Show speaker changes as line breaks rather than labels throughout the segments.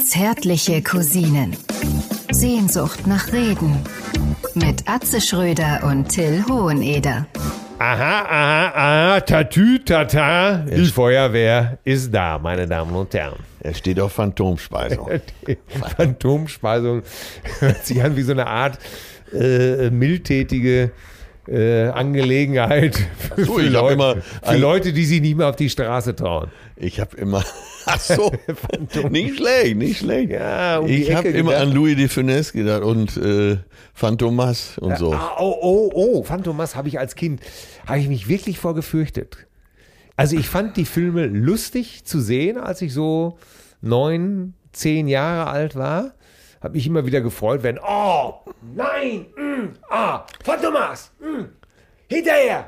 Zärtliche Cousinen. Sehnsucht nach Reden. Mit Atze Schröder und Till Hoheneder.
Aha, aha, aha, tatü, tata, die Feuerwehr ist da, meine Damen und Herren.
Er steht auf Phantomspeisung.
Die Phantomspeisung hört sich an wie so eine Art äh, mildtätige äh, Angelegenheit für,
so,
für,
ich hab
Leute,
immer
für
ein-
Leute, die sich nicht mehr auf die Straße trauen.
Ich habe immer. Ach so. nicht schlecht, nicht schlecht.
Ja, um die
ich habe
Ecke
immer
gedacht.
an Louis de Funès gedacht und äh, Phantomas und so.
Ah, oh, oh, oh, Phantomas habe ich als Kind, habe ich mich wirklich vor gefürchtet. Also ich fand die Filme lustig zu sehen, als ich so neun, zehn Jahre alt war. Habe mich immer wieder gefreut, wenn, oh, nein, mm, ah, Phantomas, mm, hinterher.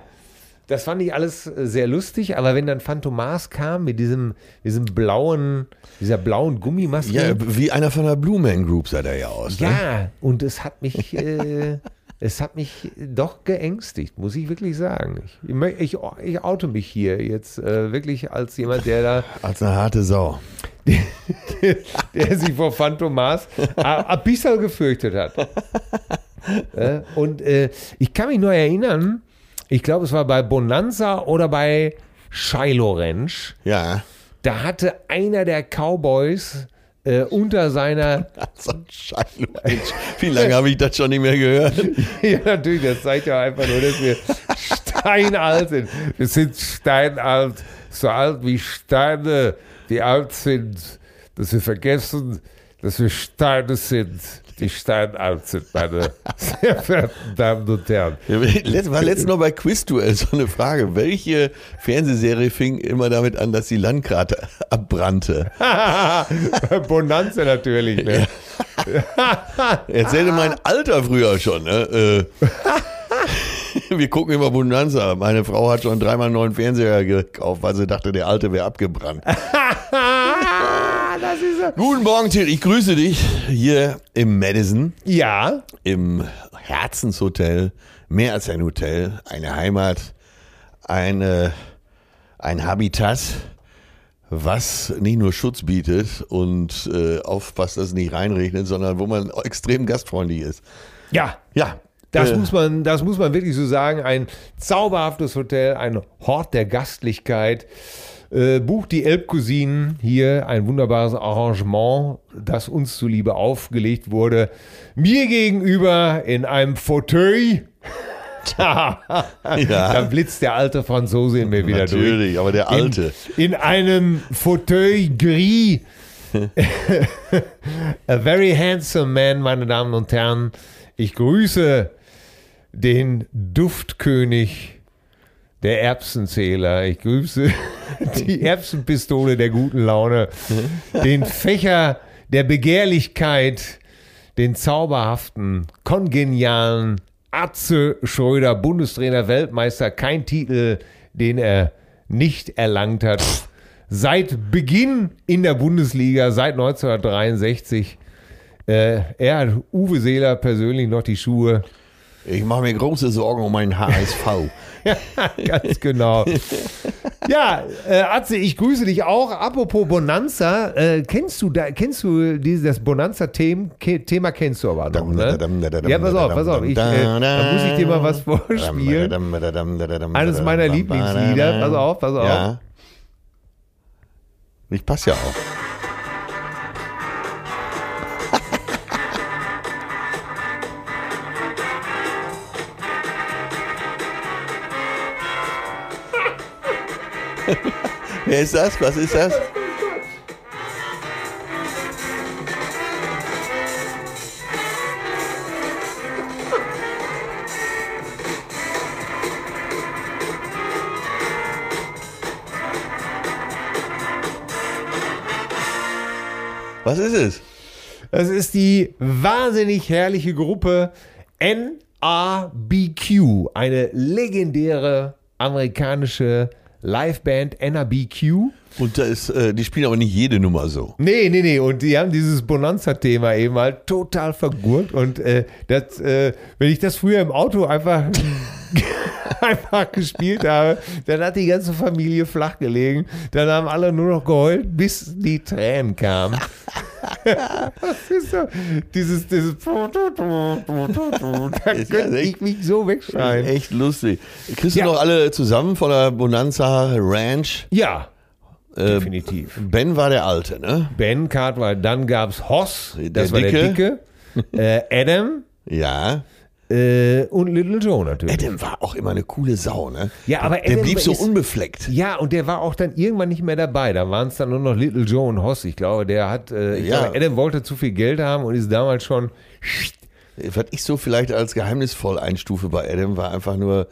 Das fand ich alles äh, sehr lustig, aber wenn dann Phantomas kam mit diesem, diesem blauen, dieser blauen Gummimaske.
Ja, wie einer von der Blue Man Group sah der ja aus. Ne?
Ja, und es hat mich, äh, es hat mich doch geängstigt, muss ich wirklich sagen. Ich, mö- ich, ich oute mich hier jetzt äh, wirklich als jemand, der da,
Als eine harte Sau.
der sich vor Phantomas a- abissal gefürchtet hat. Äh, und äh, ich kann mich nur erinnern, ich glaube, es war bei Bonanza oder bei Shiloh Ranch.
Ja.
Da hatte einer der Cowboys äh, unter seiner
So ein Scheiß. Wie lange habe ich das schon nicht mehr gehört?
Ja, natürlich, das zeigt ja einfach nur, dass wir steinalt sind. Wir sind steinalt, so alt wie Steine, die alt sind, dass wir vergessen, dass wir Steine sind, die steinalt sind, meine sehr verehrten Damen und Herren.
Letzt, war letztens noch bei Quizduell so eine Frage. Welche Fernsehserie fing immer damit an, dass die Landkarte abbrannte?
Bonanza natürlich. Ne?
Erzählte mein Alter früher schon. Ne? Äh, Wir gucken immer Bonanza. Meine Frau hat schon dreimal einen neuen Fernseher gekauft, weil sie dachte, der alte wäre abgebrannt.
das ist er.
Guten Morgen, Till. Ich grüße dich hier im Madison,
Ja,
im Herzenshotel. Mehr als ein Hotel, eine Heimat, eine, ein Habitat, was nicht nur Schutz bietet und äh, aufpasst, dass es nicht reinregnet, sondern wo man extrem gastfreundlich ist.
ja.
Ja.
Das,
äh,
muss man, das muss man wirklich so sagen. Ein zauberhaftes Hotel, ein Hort der Gastlichkeit. Äh, bucht die Elbcousinen hier ein wunderbares Arrangement, das uns zuliebe aufgelegt wurde. Mir gegenüber in einem Fauteuil. Da, da blitzt der alte Franzose in mir wieder durch.
Natürlich, aber der alte.
In einem Fauteuil gris. A very handsome man, meine Damen und Herren. Ich grüße den Duftkönig der Erbsenzähler. Ich grüße die Erbsenpistole der guten Laune. Den Fächer der Begehrlichkeit. Den zauberhaften, kongenialen Atze Schröder, Bundestrainer, Weltmeister. Kein Titel, den er nicht erlangt hat. Seit Beginn in der Bundesliga, seit 1963. Äh, er hat Uwe Seeler persönlich noch die Schuhe.
Ich mache mir große Sorgen um meinen HSV.
Ganz genau. Ja, äh, Atze, ich grüße dich auch. Apropos Bonanza, äh, kennst du da, kennst du dieses das Bonanza-Thema Thema kennst du aber noch, ne? Ja, pass auf, pass auf. Ich, äh, da muss ich dir mal was vorspielen. Eines meiner Lieblingslieder. Pass auf, pass auf.
Ja. Ich passe ja auf. Wer ist das? Was ist das? Was ist es?
Das ist die wahnsinnig herrliche Gruppe NRBQ, eine legendäre amerikanische Liveband NRBQ.
Und da ist, äh, die spielen aber nicht jede Nummer so.
Nee, nee, nee. Und die haben dieses Bonanza-Thema eben halt total vergurkt. Und äh, das, äh, wenn ich das früher im Auto einfach, einfach gespielt habe, dann hat die ganze Familie flach gelegen. Dann haben alle nur noch geheult, bis die Tränen kamen. Was ist das? Dieses, dieses Da
Ist ja Äh,
könnte
echt-
ich mich so wegschreien.
Echt lustig. Kriegst
Ja.
du noch alle zusammen von der Bonanza Ranch?
Ja,
Äh,
definitiv.
Ben war der Alte, ne?
Ben Cartwright, dann gab es Hoss, das war der
Dicke.
Dicke, äh, Adam
Ja.
äh, und Little Joe natürlich.
Adam war auch immer eine coole Sau, ne?
Ja, aber
Äh, der
Adam
blieb so
ist-
unbefleckt.
Ja, und der war auch dann irgendwann nicht mehr dabei. Da waren es dann nur noch Little Joe und Hoss. Ich glaube, der hat, äh, ich
Ja.
glaube, Adam wollte zu viel Geld haben und ist damals schon.
Was ich so vielleicht als geheimnisvoll einstufe bei Adam, war einfach nur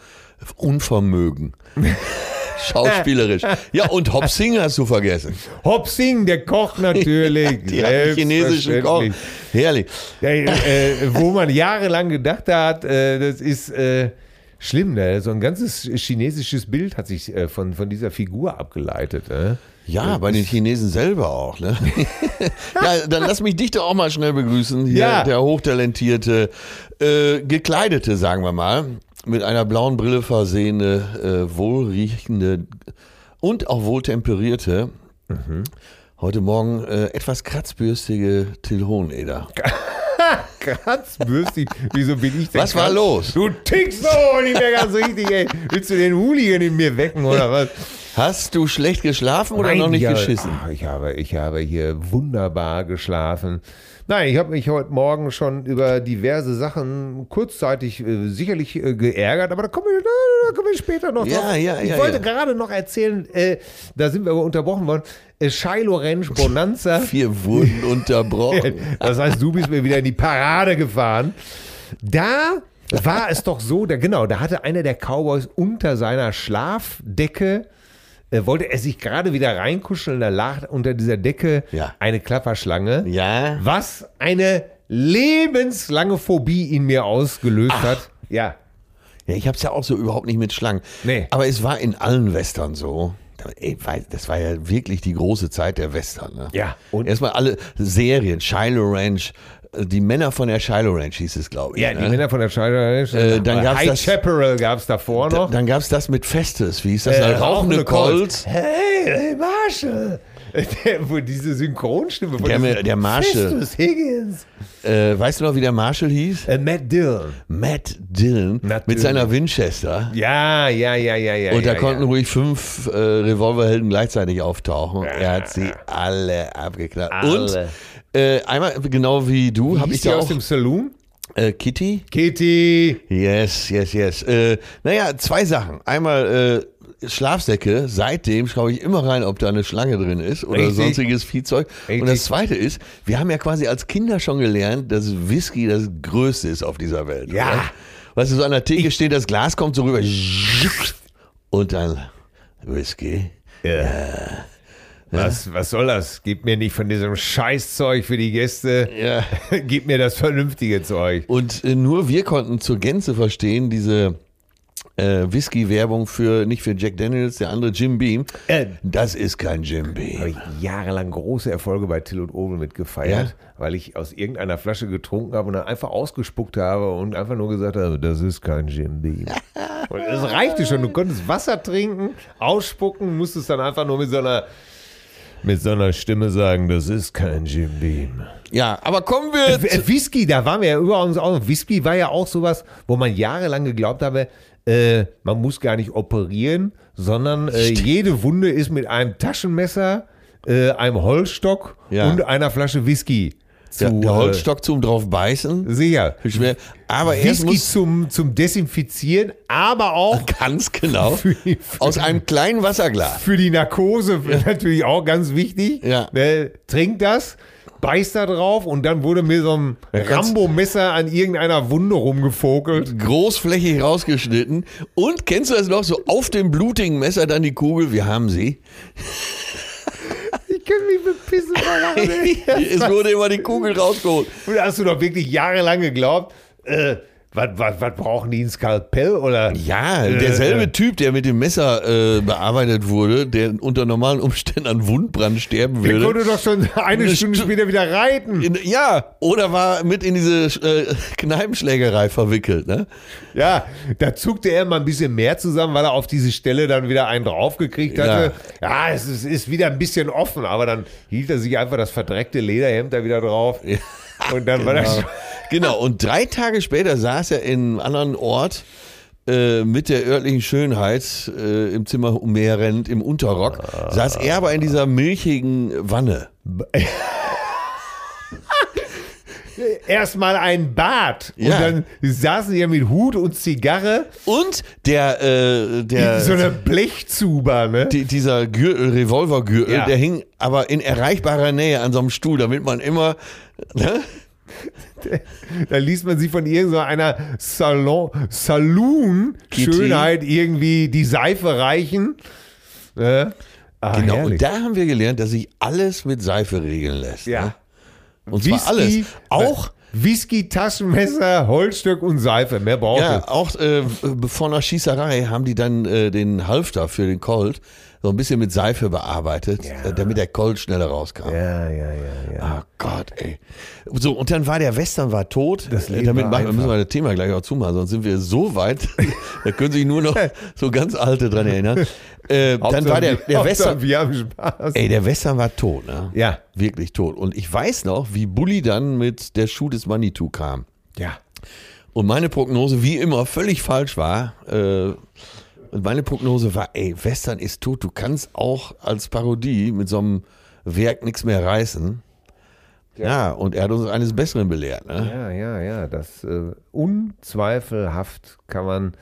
Unvermögen. Schauspielerisch. Ja, und Hop Sing hast du vergessen.
Hopsing, der Koch natürlich.
Die hat einen chinesischen Koch.
Selbstverständlich.
Herrlich.
Ja, äh, wo man jahrelang gedacht hat, äh, das ist äh, schlimm. Ne? So ein ganzes chinesisches Bild hat sich äh, von, von dieser Figur abgeleitet. Ne?
Ja, bei den Chinesen selber auch. Ne? ja, dann lass mich dich doch auch mal schnell begrüßen. Hier
Ja.
der hochtalentierte, äh, gekleidete, sagen wir mal, mit einer blauen Brille versehene, äh, wohlriechende und auch wohltemperierte,
Mhm.
heute Morgen äh, etwas kratzbürstige Till Hoheneder.
Kratzbürstig. Wieso bin ich denn
Was war
kratz-
los?
Du tickst so nicht mehr ganz richtig, ey. Willst du den Hooligan in mir wecken oder was?
Hast du schlecht geschlafen oder
Nein,
noch nicht
ich habe-
geschissen?
Ach, ich, habe, ich habe hier wunderbar geschlafen. Nein, ich habe mich heute Morgen schon über diverse Sachen kurzzeitig äh, sicherlich äh, geärgert, aber da kommen wir, da, da kommen wir später noch
Ja,
drauf.
ja,
ich
ja,
wollte
ja.
gerade noch erzählen, äh, da sind wir aber unterbrochen worden. Äh, Shiloh Ranch Bonanza.
Wir wurden unterbrochen.
Das heißt, du bist mir wieder in die Parade gefahren. Da war es doch so, da, genau, da hatte einer der Cowboys unter seiner Schlafdecke, äh, wollte er sich gerade wieder reinkuscheln, da lag unter dieser Decke
Ja.
eine Klapperschlange,
Ja.
was eine lebenslange Phobie in mir ausgelöst hat. Ja,
Ja, ich habe es ja auch so überhaupt nicht mit Schlangen.
Nee.
Aber es war in allen Western so. Da- ey, weil- Das war ja wirklich die große Zeit der Western. Ne?
Ja, und-
Und Erstmal alle Serien, Shiloh Ranch, äh, die Männer von der Shiloh Ranch hieß es, glaube ich.
ja die
ne?
Männer von der Scheider,
Äh, dann gab's
High
das-
Chaparral gab es davor
Da-
noch.
Dann gab es das mit Festes, wie hieß das?
Äh,
Äh, rauchende Colts.
Hey, hey Marshall. Der, wo diese Synchronstimme von
Der-
diesem
der Marshall.
Festus Higgins.
Äh, weißt du noch, wie der Marshall hieß?
Äh, Matt Dillon.
Matt Dillon mit
Natürlich.
seiner Winchester.
Ja, ja, ja, ja, ja.
Und da
ja,
konnten
ja.
ruhig fünf äh, Revolverhelden gleichzeitig auftauchen. Er hat sie alle abgeknallt.
Alle.
Und äh, einmal, genau wie du, habe
Hieß
ich
die
da
aus
auch
dem Saloon?
Äh, Kitty?
Kitty.
Yes, yes, yes. Äh, naja, zwei Sachen. Einmal äh, Schlafsäcke. Seitdem schaue ich immer rein, ob da eine Schlange drin ist oder
Richtig.
sonstiges Viehzeug.
Richtig.
Und das Zweite ist, wir haben ja quasi als Kinder schon gelernt, dass Whisky das Größte ist auf dieser Welt.
Ja.
Oder? Weißt du, so an der Theke steht, das Glas kommt so rüber. Und dann Whisky.
Was, was soll das? Gib mir nicht von diesem Scheißzeug für die Gäste.
Ja.
Gib mir das vernünftige Zeug.
Und äh, nur wir konnten zur Gänze verstehen, diese äh, Whisky-Werbung für, nicht für Jack Daniels, der andere Jim Beam.
Äh,
Das ist kein Jim
habe
Beam.
ich jahrelang große Erfolge bei Till und Obel mitgefeiert,
Ja?
weil ich aus irgendeiner Flasche getrunken habe und dann einfach ausgespuckt habe und einfach nur gesagt habe, das ist kein Jim Beam. und es reichte schon, du konntest Wasser trinken, ausspucken, musstest dann einfach nur mit so einer mit so einer Stimme sagen, das ist kein Jim Beam.
Ja, aber kommen wir.
Äh, Whisky, da waren wir ja überhaupt nicht auch. Whisky war ja auch sowas, wo man jahrelang geglaubt habe, äh, man muss gar nicht operieren, sondern äh, jede Wunde ist mit einem Taschenmesser, äh, einem Holzstock
Ja.
und einer Flasche Whisky zu
der, der
äh,
Holzstock zum draufbeißen.
sicher.
Schwer. Aber erst
Whisky
muss.
zum, zum Desinfizieren, aber auch
Ganz genau.
Für- für-
aus einem kleinen Wasserglas.
für die Narkose natürlich auch ganz wichtig.
Ja.
Ne, trink das, beiß da drauf und dann wurde mir so ein
ganz-
Rambo-Messer an irgendeiner Wunde rumgevogelt.
Großflächig rausgeschnitten. Und kennst du das noch? So auf dem blutigen Messer dann die Kugel. Wir haben sie.
Ich kann mich bepissen vor Lachen, ey.
es wurde immer die Kugel rausgeholt.
Und da hast du doch wirklich jahrelang geglaubt, äh, Was, was, was brauchen die ein Skalpell oder?
Ja, derselbe Typ, der mit dem Messer äh, bearbeitet wurde, der unter normalen Umständen an Wundbrand sterben
Der
würde.
konnte doch schon eine
Eine
Stunde
Stu-
später wieder reiten.
In, ja, oder war mit in diese äh, Kneipenschlägerei verwickelt. Ne?
Ja, da zuckte er mal ein bisschen mehr zusammen, weil er auf diese Stelle dann wieder einen draufgekriegt hatte. Ja, es ist, ist wieder ein bisschen offen, aber dann hielt er sich einfach das verdreckte Lederhemd da wieder drauf. Und dann war das
Ja.
schon.
genau, und drei Tage später saß er in einem anderen Ort äh, mit der örtlichen Schönheit äh, im Zimmer umherrend, im Unterrock, saß er aber in dieser milchigen Wanne.
erstmal ein Bad.
Ja.
Und dann saßen die ja mit Hut und Zigarre
Und der, äh, der
in so einer Blechzuber, ne?
die, dieser Gürtel, Revolvergürtel,
Ja.
der hing aber in erreichbarer Nähe an so einem Stuhl, damit man immer. Ne?
Da ließ man sie von irgendeiner Salon, Saloon-Schönheit irgendwie die Seife reichen. Ne? Ah,
Genau.
herrlich.
Und da haben wir gelernt, dass sich alles mit Seife regeln lässt. Ne?
ja.
Und zwar alles. Auch.
Whisky, Taschenmesser, Holzstück und Seife. Mehr braucht
Ja,
es.
auch äh, vor einer Schießerei haben die dann äh, den Halfter für den Colt so ein bisschen mit Seife bearbeitet, äh, damit der Colt schneller rauskam.
Ja, ja, ja, ja.
Ah Gott, ey. So, und dann war der Western war tot.
Das
Äh,
Leben
Damit
war
machen,
einfach.
müssen wir das Thema gleich auch zumachen, sonst sind wir so weit. da können sich nur noch so ganz alte dran erinnern. Äh, dann
Hauptsache
war der,
wir-
der
Hauptsache
Western.
Wir haben Spaß.
Ey, der Western war tot, ne?
Ja.
Wirklich tot. Und ich weiß noch, wie Bully dann mit der Schuh des Manitou kam.
Ja.
Und meine Prognose, wie immer, völlig falsch war. Äh, und meine Prognose war, ey, Western ist tot. Du kannst auch als Parodie mit so einem Werk nichts mehr reißen. Ja. und er hat uns eines Besseren belehrt. Ne?
Ja, ja, ja. Das äh, unzweifelhaft kann man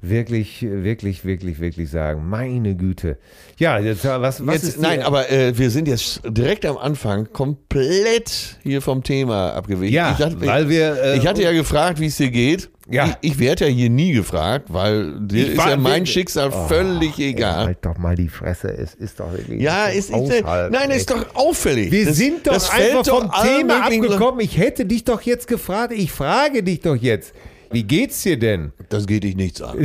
wirklich, wirklich, wirklich, wirklich sagen. Meine Güte. Ja, jetzt, äh, was, was
Jetzt,
ist die-
nein, aber äh, wir sind jetzt direkt am Anfang komplett hier vom Thema abgewichen.
Ja,
ich, dachte,
weil wir, äh,
ich hatte ja gefragt, wie es dir geht.
Ja.
Ich, ich werde ja hier nie gefragt, weil dir
Ich
ist
war
ja mein
wirklich- Oh.
Schicksal völlig egal.
Halt doch mal die Fresse. Es ist doch wirklich.
Ja,
nicht
ist
zum
nicht.
Aushalten,
Nein,
ey.
ist doch auffällig.
Wir
Das-
sind doch
das fällt
einfach vom
doch allen
Thema
möglichen-
abgekommen. Ich hätte dich doch jetzt gefragt. Ich frage dich doch jetzt. Wie geht's dir denn?
Das geht dich nichts an.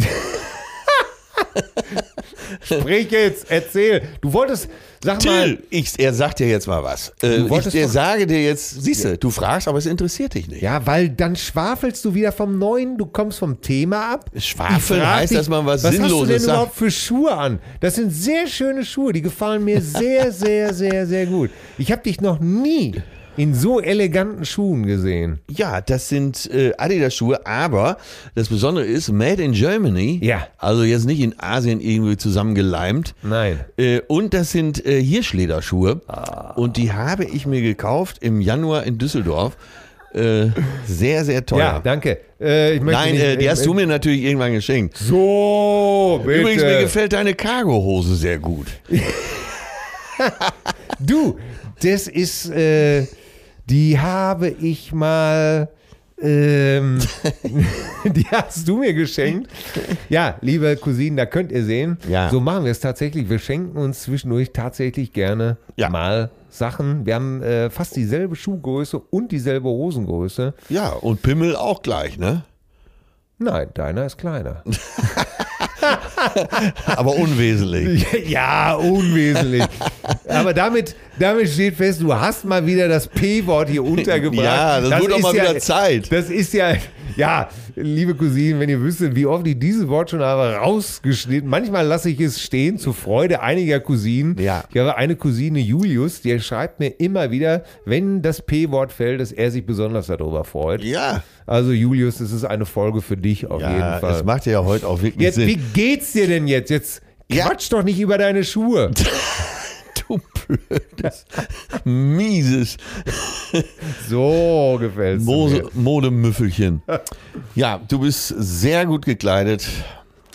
Sprich jetzt, erzähl. Du wolltest, sag mal,
Till, ich, er sagt dir jetzt mal was. Äh, ich
wolltest
der
doch-
sage dir jetzt, siehst du, du fragst, aber es interessiert dich nicht.
ja, weil dann schwafelst du wieder vom Neuen, du kommst vom Thema ab. Ich
Schwafel
frag
heißt,
dich,
dass man was,
was hast du denn
Sinnloses sagt.
überhaupt für Schuhe an? Das sind sehr schöne Schuhe, die gefallen mir sehr, sehr, sehr, sehr gut. Ich habe dich noch nie in so eleganten Schuhen gesehen.
Ja, das sind äh, Adidas-Schuhe, aber das Besondere ist, made in Germany.
Ja.
Also jetzt nicht in Asien irgendwie zusammengeleimt.
Nein.
Äh, und das sind äh, Hirschlederschuhe.
Ah.
Und die habe ich mir gekauft im Januar in Düsseldorf. Äh, sehr, sehr teuer.
Ja, danke. Äh, ich möchte
Nein,
nicht,
äh, die
äh,
hast du mir natürlich irgendwann geschenkt.
So, bitte.
Übrigens, mir gefällt deine Cargo-Hose sehr gut.
Du, das ist, äh, die habe ich mal, ähm, die hast du mir geschenkt. Ja, liebe Cousinen, da könnt ihr sehen,
Ja.
so machen wir es tatsächlich. Wir schenken uns zwischendurch tatsächlich gerne
Ja.
mal Sachen. Wir haben äh, fast dieselbe Schuhgröße und dieselbe Hosengröße.
Ja, und Pimmel auch gleich, ne?
Nein, deiner ist kleiner.
Aber unwesentlich.
Ja, unwesentlich. Aber damit, damit steht fest, du hast mal wieder das P-Wort hier untergebracht.
Ja, das wurde doch
ist
mal wieder Zeit.
Das ist ja, ja, liebe Cousinen, wenn ihr wüsstet, wie oft ich dieses Wort schon habe rausgeschnitten. Manchmal lasse ich es stehen, zur Freude einiger Cousinen.
Ja.
Ich habe eine Cousine, Julius, die schreibt mir immer wieder, wenn das P-Wort fällt, dass er sich besonders darüber freut.
Ja,
Also Julius, es ist eine Folge für dich auf jeden
ja
Fall.
das macht ja heute auch wirklich
Jetzt, wie
Sinn.
geht's dir denn jetzt? Jetzt
Ja.
quatsch doch nicht über deine Schuhe.
Du blödes, mieses
So gefällt's
Mose
mir.
Modemüffelchen. Ja, du bist sehr gut gekleidet.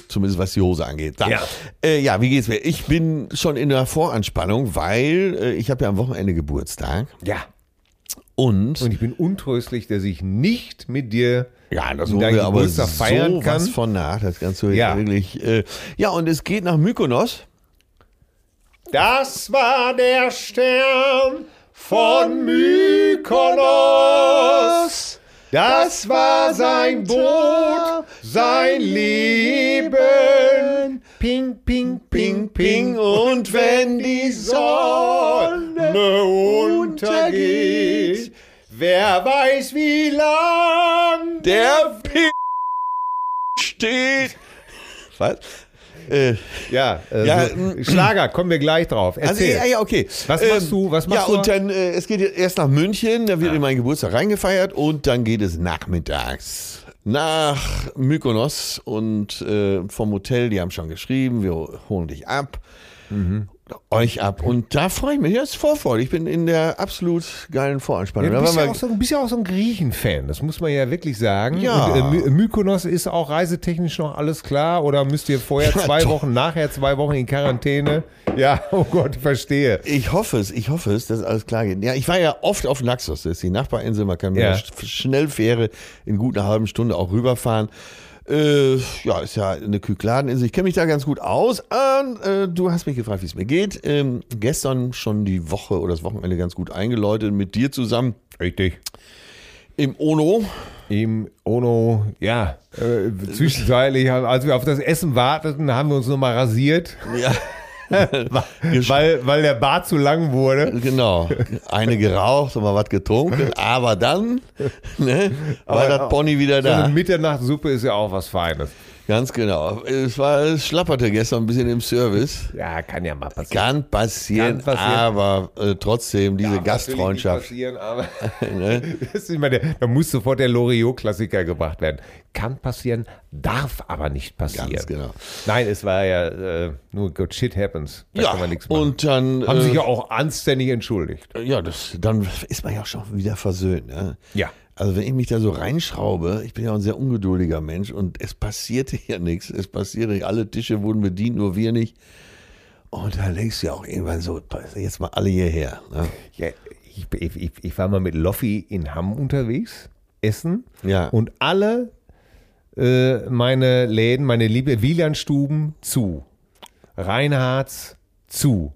Zumindest was die Hose angeht. Da.
Ja.
Äh, ja, wie geht's mir? Ich bin schon in der Voranspannung, weil äh, ich habe ja am Wochenende Geburtstag
Ja.
und
Und ich bin untröstlich, dass ich nicht mit dir
Ja, das
deinen
wollen wir aber
Geburtstag feiern
sowas
kann.
von nach. Das kannst du
Ja.
ja. wirklich. Äh, ja, und es geht nach Mykonos.
Das war der Stern von Mykonos. Das war sein Brot, sein Leben. Ping, ping, ping, ping.
Und wenn die
Sonne untergeht, wer weiß wie lang.
der P steht. Was? Äh,
Ja, äh,
Ja,
so-
mm.
Schlager, kommen wir gleich drauf.
also,
Erzähl.
ja, ja, okay. Ähm,
Was machst du? Was machst
ja,
du?
und dann, äh, es geht erst nach München, da wird in meinen Geburtstag reingefeiert und dann geht es nachmittags nach Mykonos und äh, vom Hotel, die haben schon geschrieben, wir holen dich ab,
Mhm.
euch ab. Und da freue ich mich, das ist Vorfreude. Ich bin in der absolut geilen Voranspannung.
Ja,
Da
du bist
waren
ja,
wir-
auch so, du bist ja auch so ein Griechen-Fan, das muss man ja wirklich sagen.
Ja.
Und, äh, My- Mykonos ist auch reisetechnisch noch alles klar oder müsst ihr vorher
Ja,
zwei
doch.
Wochen, nachher zwei Wochen in Quarantäne? Ja, oh Gott, verstehe.
Ich hoffe es, ich hoffe es, dass alles klar geht. Ja, ich war ja oft auf Naxos, das ist die Nachbarinsel, man kann mit
Ja.
einer Sch- Schnellfähre in gut einer halben Stunde auch rüberfahren. Äh, ja, ist ja eine Kykladeninsel. Ich kenne mich da ganz gut aus. Und, äh, du hast mich gefragt, wie es mir geht. Ähm, gestern schon die Woche oder das Wochenende ganz gut eingeläutet mit dir zusammen
Richtig.
im Ono.
Im Ono, ja, äh, zwischenzeitlich, als wir auf das Essen warteten, haben wir uns nochmal rasiert,
Ja,
weil, weil der Bart zu lang wurde.
genau. Eine geraucht und mal was getrunken. Aber dann ne, war
Aber-
das Pony wieder
So
da.
eine Mitternachtssuppe ist ja auch was Feines.
Ganz genau. Es war es schlapperte gestern ein bisschen im Service.
Ja, kann ja mal passieren.
Kann passieren,
Kann passieren.
aber äh, trotzdem diese
Ja,
Gastfreundschaft.
natürlich nicht Passieren, aber
Ne?
Das ist immer der, da muss sofort der Loriot-Klassiker gebracht werden. Kann passieren, darf aber nicht passieren.
Ganz genau.
Nein, es war ja äh, nur good shit happens. Da kann man nichts machen.
und dann
Haben
äh,
sich ja auch anständig entschuldigt.
ja, das, dann ist man ja auch schon wieder versöhnt. Ne?
Ja.
Also wenn ich mich da so reinschraube, ich bin ja auch ein sehr ungeduldiger Mensch und es passierte ja nichts. Es passierte nicht. Alle Tische wurden bedient, nur wir nicht. Und da denkst du ja auch irgendwann so, jetzt mal alle hierher. Ne?
Ja, ich, ich, ich- ich war mal mit Loffi in Hamm unterwegs, essen.
Ja.
Und alle äh, meine Läden, meine liebe Wielandstuben zu. Reinhards zu.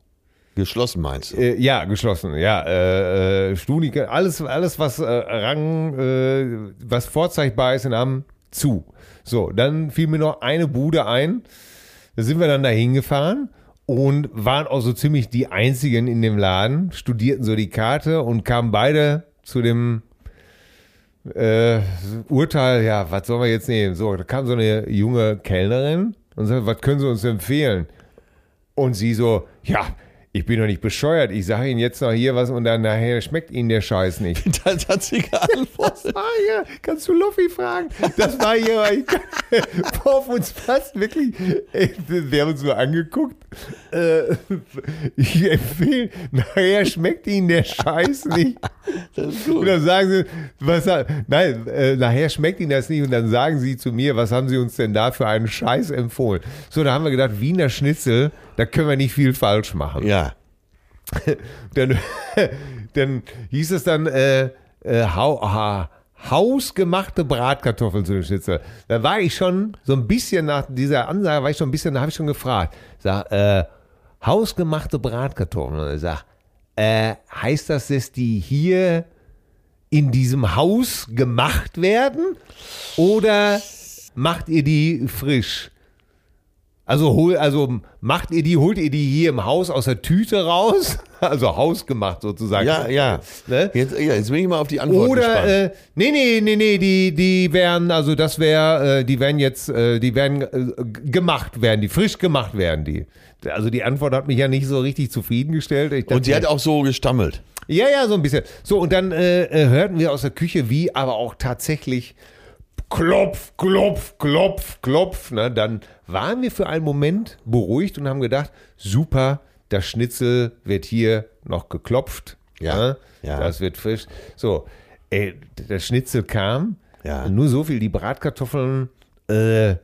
Geschlossen meinst du?
Äh, ja, geschlossen, ja. Äh, äh, Stunika, alles, alles, was äh, Rang, äh, was vorzeigbar ist in Hamm, zu. So, dann fiel mir noch eine Bude ein. Da sind wir dann da hingefahren und waren auch so ziemlich die einzigen in dem Laden, studierten so die Karte und kamen beide zu dem äh, Urteil, ja, was sollen wir jetzt nehmen? So, da kam so eine junge Kellnerin und sagte, was können Sie uns empfehlen? Und sie so, ja, ich bin doch nicht bescheuert, ich sage Ihnen jetzt noch hier was und dann nachher schmeckt Ihnen der Scheiß nicht.
Das hat sie geantwortet.
Das war hier, kannst du Loffi fragen? Das war hier, weil ich war auf uns fast wirklich, ey, wir haben uns nur angeguckt. Äh, ich empfehle, nachher schmeckt Ihnen der Scheiß nicht.
Das ist gut.
Und dann sagen sie, was, ha- nein, äh, nachher schmeckt ihnen das nicht. Und dann sagen sie zu mir, was haben sie uns denn da für einen Scheiß empfohlen? So, da haben wir gedacht, Wiener Schnitzel, da können wir nicht viel falsch machen.
Ja.
Dann, dann hieß es dann, äh, äh, hau, ha, hausgemachte Bratkartoffeln zu dem Schnitzel. Da war ich schon so ein bisschen nach dieser Ansage, war ich schon ein bisschen, da habe ich schon gefragt. Sag, äh, hausgemachte Bratkartoffeln. Und er sagt, äh, heißt das, dass die hier in diesem Haus gemacht werden? Oder macht ihr die frisch? Also, hol, also macht ihr die, holt ihr die hier im Haus aus der Tüte raus? Also hausgemacht sozusagen.
Ja, ja.
Ne?
Jetzt, ja, jetzt bin ich mal auf die Antwort
Oder
gespannt.
äh, nee nee nee nee die die werden also das wäre äh, die werden jetzt äh, die werden äh, g- gemacht werden die frisch gemacht werden die also die Antwort hat mich ja nicht so richtig zufriedengestellt ich dachte,
Und sie hat auch so gestammelt.
ja ja so ein bisschen so und dann äh, äh, hörten wir aus der Küche wie aber auch tatsächlich klopf klopf klopf klopf ne dann waren wir für einen Moment beruhigt und haben gedacht super das Schnitzel wird hier noch geklopft
Ja,
ne?
ja.
das wird frisch so ey, das Schnitzel kam
Ja.
nur so viel die Bratkartoffeln äh,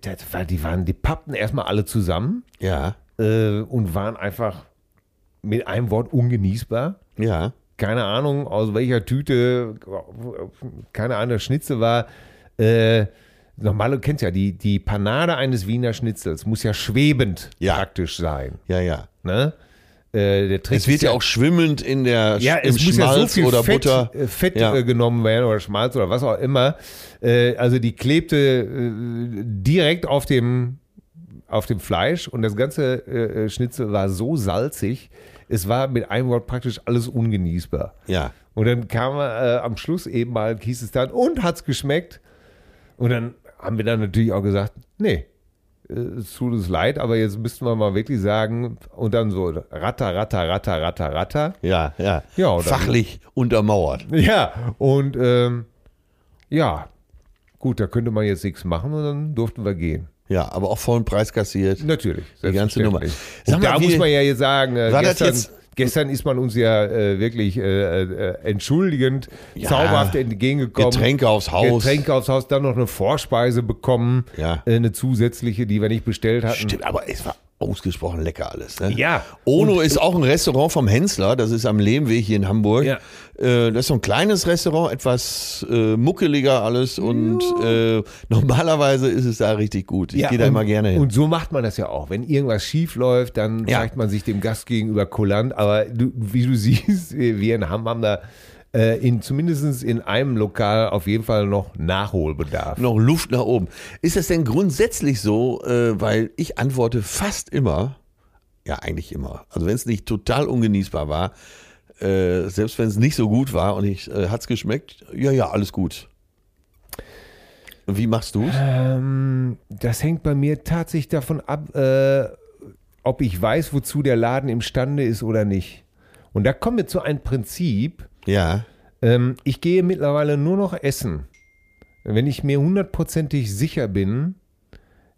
das war, die waren die pappten erstmal alle zusammen
Ja,
äh, und waren einfach mit einem Wort ungenießbar.
ja.
Keine Ahnung, aus welcher Tüte, keine Ahnung, der Schnitzel war. Äh, normal, du kennst ja, die, die Panade eines Wiener Schnitzels muss ja schwebend
Ja.
praktisch sein.
Ja, ja.
Ne? Äh, der Trick
Es wird
ist
ja auch schwimmend in der
ja,
im
es muss ja
Schmalz
so viel
oder
Fett,
Butter.
äh, Fett
Ja.
äh, genommen werden oder Schmalz oder was auch immer. Äh, also die klebte äh, direkt auf dem, auf dem Fleisch und das ganze äh, äh, Schnitzel war so salzig, es war mit einem Wort praktisch alles ungenießbar.
Ja.
Und dann kam äh, am Schluss eben mal, hieß es dann, und hat's geschmeckt? Und dann haben wir dann natürlich auch gesagt, nee, äh, es tut uns leid, aber jetzt müssten wir mal wirklich sagen, und dann so, ratter, ratter, ratter, ratter, ratter.
Ja, ja.
Ja, oder-
Fachlich untermauert.
Ja, und ähm, ja, gut, da könnte man jetzt nichts machen und dann durften wir gehen.
Ja, aber auch vollen Preis kassiert.
Natürlich.
Die ganze Nummer.
selbstverständlich.
Sag
Und
mal,
da
wie-
muss man ja jetzt sagen, äh,
War das
gestern,
jetzt-
gestern ist man uns ja äh, wirklich äh, äh, entschuldigend,
Ja.
zauberhaft entgegengekommen.
Getränke aufs Haus.
Getränke aufs Haus, dann noch eine Vorspeise bekommen,
Ja.
äh, eine zusätzliche, die wir nicht bestellt hatten.
Stimmt, aber es war ausgesprochen lecker alles. Ne?
Ja.
Ono ist auch ein Restaurant vom Hensler, das ist am Lehmweg hier in Hamburg.
Ja.
Äh, Das ist so ein kleines Restaurant, etwas äh, muckeliger alles und äh, normalerweise ist es da richtig gut. Ich gehe da
und,
immer gerne hin.
Und so macht man das ja auch. Wenn irgendwas schief läuft, dann
Ja.
zeigt man sich dem Gast gegenüber kulant. Aber du, wie du siehst, wir in Hamm haben da äh, in, zumindest in einem Lokal auf jeden Fall noch Nachholbedarf.
noch Luft nach oben. Ist das denn grundsätzlich so, äh, weil ich antworte fast immer, ja eigentlich immer, also wenn es nicht total ungenießbar war, äh, selbst wenn es nicht so gut war und ich, äh, hat's geschmeckt, ja, ja, alles gut. Wie machst du's?
Ähm, das hängt bei mir tatsächlich davon ab, äh, ob ich weiß, wozu der Laden imstande ist oder nicht. Und da kommen wir zu einem Prinzip,
Ja,
Ähm, ich gehe mittlerweile nur noch essen, wenn ich mir hundertprozentig sicher bin,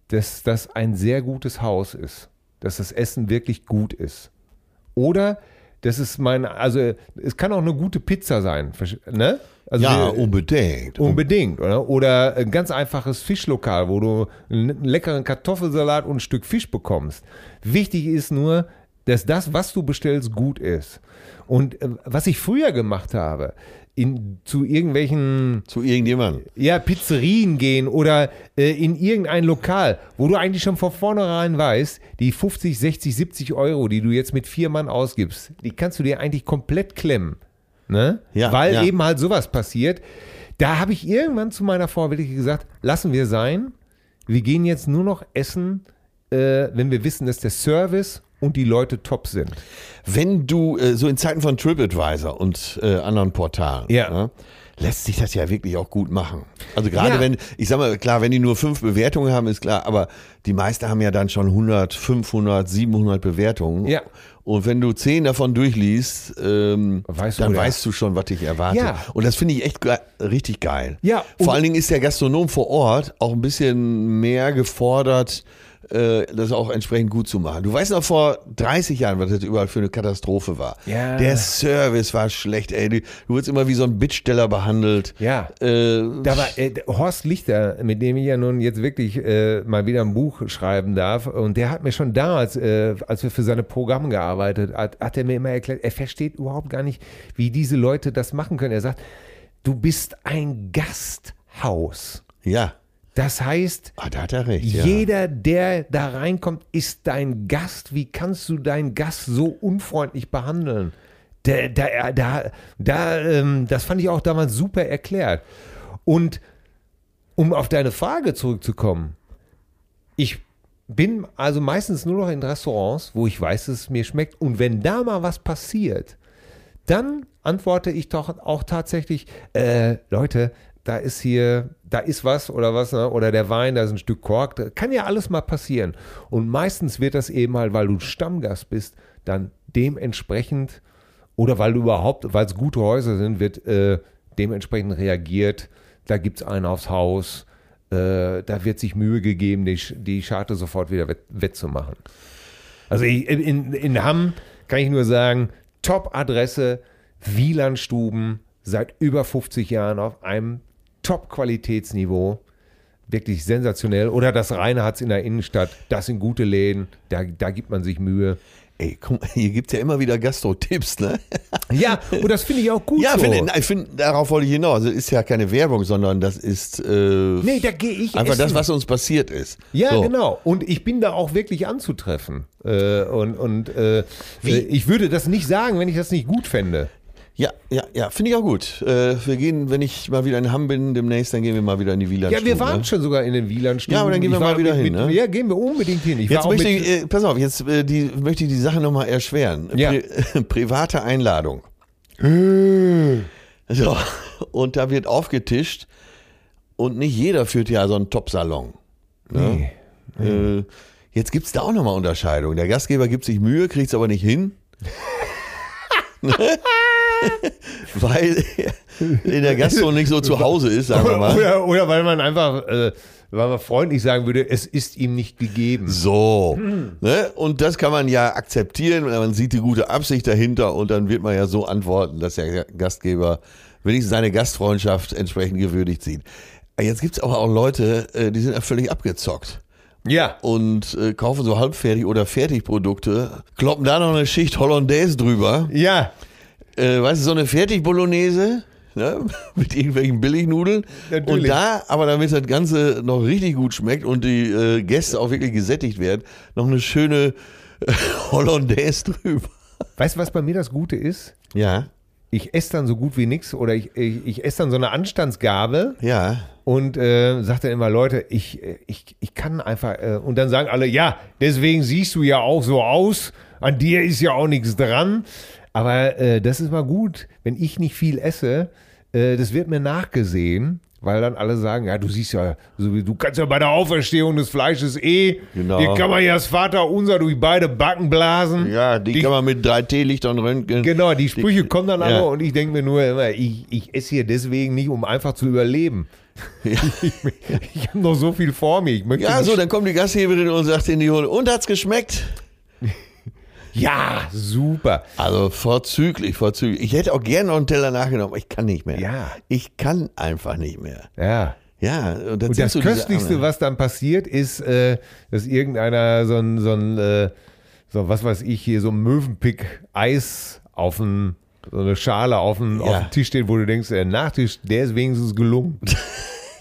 dass das ein sehr gutes Haus ist, dass das Essen wirklich gut ist. Oder das ist mein, also es kann auch eine gute Pizza sein, versch- ne? Also
ja,
wir-
unbedingt.
unbedingt, oder? Oder ein ganz einfaches Fischlokal, wo du einen leckeren Kartoffelsalat und ein Stück Fisch bekommst. Wichtig ist nur, dass das, was du bestellst, gut ist. Und äh, was ich früher gemacht habe, in, zu irgendwelchen
Zu irgendjemandem.
ja, Pizzerien gehen oder äh, in irgendein Lokal, wo du eigentlich schon von vornherein weißt, die 50, 60, 70 Euro, die du jetzt mit vier Mann ausgibst, die kannst du dir eigentlich komplett klemmen. Ne?
Ja,
Weil
ja.
eben halt sowas passiert. Da habe ich irgendwann zu meiner Frau wirklich gesagt, lassen wir sein, wir gehen jetzt nur noch essen, äh, wenn wir wissen, dass der Service und die Leute top sind.
Wenn du äh, so in Zeiten von TripAdvisor und äh, anderen Portalen,
Ja.
ne, lässt sich das ja wirklich auch gut machen. Also gerade
Ja.
wenn, ich sag mal, klar, wenn die nur fünf Bewertungen haben, ist klar, aber die meisten haben ja dann schon 100, 500, 700 Bewertungen.
Ja.
Und wenn du zehn davon durchliest, ähm,
Weißt du,
dann
wo der-
weißt du schon, was dich erwartet.
Ja.
Und das finde ich echt ge richtig geil.
Ja, und-
Vor allen Dingen ist der Gastronom vor Ort auch ein bisschen mehr gefordert, äh, das auch entsprechend gut zu machen. Du weißt noch vor 30 Jahren, was das überall für eine Katastrophe war.
Ja.
Der Service war schlecht, ey. Du, du wurdest immer wie so ein Bittsteller behandelt.
Ja.
Äh,
Da war äh, der Horst Lichter, mit dem ich ja nun jetzt wirklich äh, mal wieder ein Buch schreiben darf, und der hat mir schon damals, äh, als wir für seine Programme gearbeitet hat, hat er mir immer erklärt, er versteht überhaupt gar nicht, wie diese Leute das machen können. Er sagt, du bist ein Gasthaus.
ja.
Das heißt,
Ah, da hat er recht. Ja.
jeder, der da reinkommt, ist dein Gast. Wie kannst du deinen Gast so unfreundlich behandeln? Da, da, da, da, ähm, das fand ich auch damals super erklärt. Und um auf deine Frage zurückzukommen, ich bin also meistens nur noch in Restaurants, wo ich weiß, dass es mir schmeckt. Und wenn da mal was passiert, dann antworte ich doch auch tatsächlich, äh, Leute, da ist hier, da ist was oder was, ne? oder der Wein, da ist ein Stück Kork, da kann ja alles mal passieren. Und meistens wird das eben halt, weil du Stammgast bist, dann dementsprechend oder weil du überhaupt, weil es gute Häuser sind, wird äh, dementsprechend reagiert. Da gibt es einen aufs Haus, äh, da wird sich Mühe gegeben, die, Sch- die Scharte sofort wieder wett- wettzumachen. Also ich, in, in Hamm kann ich nur sagen, Top-Adresse, Wielandstuben, seit über 50 Jahren auf einem Top-Qualitätsniveau. Wirklich sensationell. Oder das Reine hat's in der Innenstadt. Das sind gute Läden. Da, da gibt man sich Mühe.
Ey, guck mal, hier gibt es ja immer wieder Gastro-Tipps, ne?
Ja, und das finde ich auch gut
Ja,
so.
finde ich, find, darauf wollte ich hinaus. Also ist ja keine Werbung, sondern das ist äh,
Nee, da gehe ich
einfach
essen.
das, was uns passiert ist.
Ja,
So.
genau. Und ich bin da auch wirklich anzutreffen. Äh, und und äh, ich würde das nicht sagen, wenn ich das nicht gut fände.
Ja, ja, ja, finde ich auch gut. Äh, wir gehen, wenn ich mal wieder in Hamm bin, demnächst, dann gehen wir mal wieder in die Wieland.
Ja, wir waren schon sogar in den Wielandstuben.
ne? Ja, aber dann gehen wir
Ich war
mal wieder
mit,
hin,
Mit,
ne?
Ja, gehen wir unbedingt hin. Ich war
Jetzt
auch
möchte
mit,
ich, äh, pass auf, jetzt äh, die, möchte ich die Sache nochmal erschweren.
Ja.
Pri private Einladung.
Äh.
So, und da wird aufgetischt und nicht jeder führt ja so einen Top-Salon. Ne?
Mhm.
Äh, jetzt gibt es da auch nochmal Unterscheidungen. Der Gastgeber gibt sich Mühe, kriegt es aber nicht hin. Ne? Weil in der Gastro nicht so zu Hause ist, sagen wir mal.
oder, oder weil man einfach, äh, weil man freundlich sagen würde, es ist ihm nicht gegeben.
So. Ne? Und das kann man ja akzeptieren, weil man sieht die gute Absicht dahinter und dann wird man ja so antworten, dass der Gastgeber wenigstens seine Gastfreundschaft entsprechend gewürdigt sieht. Jetzt gibt's aber auch Leute, äh, die sind ja völlig abgezockt
Ja.
und äh, kaufen so halbfertig oder Fertigprodukte, kloppen da noch eine Schicht Hollandaise drüber.
Ja,
Äh, weißt du, so eine Fertig-Bolognese ne? mit irgendwelchen Billignudeln.
Natürlich.
Und da, aber damit das Ganze noch richtig gut schmeckt und die äh, Gäste auch wirklich gesättigt werden, noch eine schöne äh, Hollandaise drüber.
weißt du, was bei mir das Gute ist?
Ja,
Ich esse dann so gut wie nichts oder ich, ich, ich esse dann so eine Anstandsgabe
ja.
und äh, sage dann immer, Leute, ich, äh, ich, ich kann einfach. Äh, und dann sagen alle, ja, deswegen siehst du ja auch so aus, an dir ist ja auch nichts dran. Aber äh, das ist mal gut, wenn ich nicht viel esse, äh, das wird mir nachgesehen. Weil dann alle sagen, ja, du siehst ja, so wie- du kannst ja bei der Auferstehung des Fleisches eh,
Genau.
dir kann man ja das Vaterunser durch beide Backen blasen.
Ja, die,
Die-
kann man mit 3T-Lichtern röntgen.
Genau, die Sprüche kommen dann alle
ja.
und ich denke mir nur immer, ich, ich esse hier deswegen nicht, um einfach zu überleben. Ich, ich habe noch so viel vor mir. Ich möchte
Ja,
nicht-
so, dann kommt die Gastgeberin und sagt in die Hunde, und hat's geschmeckt?
ja, super.
Also vorzüglich, vorzüglich. Ich hätte auch gerne noch einen Teller nachgenommen, aber ich kann nicht mehr.
Ja.
Ich kann einfach nicht mehr.
Ja.
Ja, und, dann
Und
sind
das
so diese
Köstlichste,
Arme.
was dann passiert, ist, äh, dass irgendeiner so ein, so ein, äh, so was weiß ich hier, so ein Möwenpick-Eis auf den, so eine Schale auf den, auf
Ja.
den Tisch steht, wo du denkst, der Nachtisch, der ist wenigstens gelungen.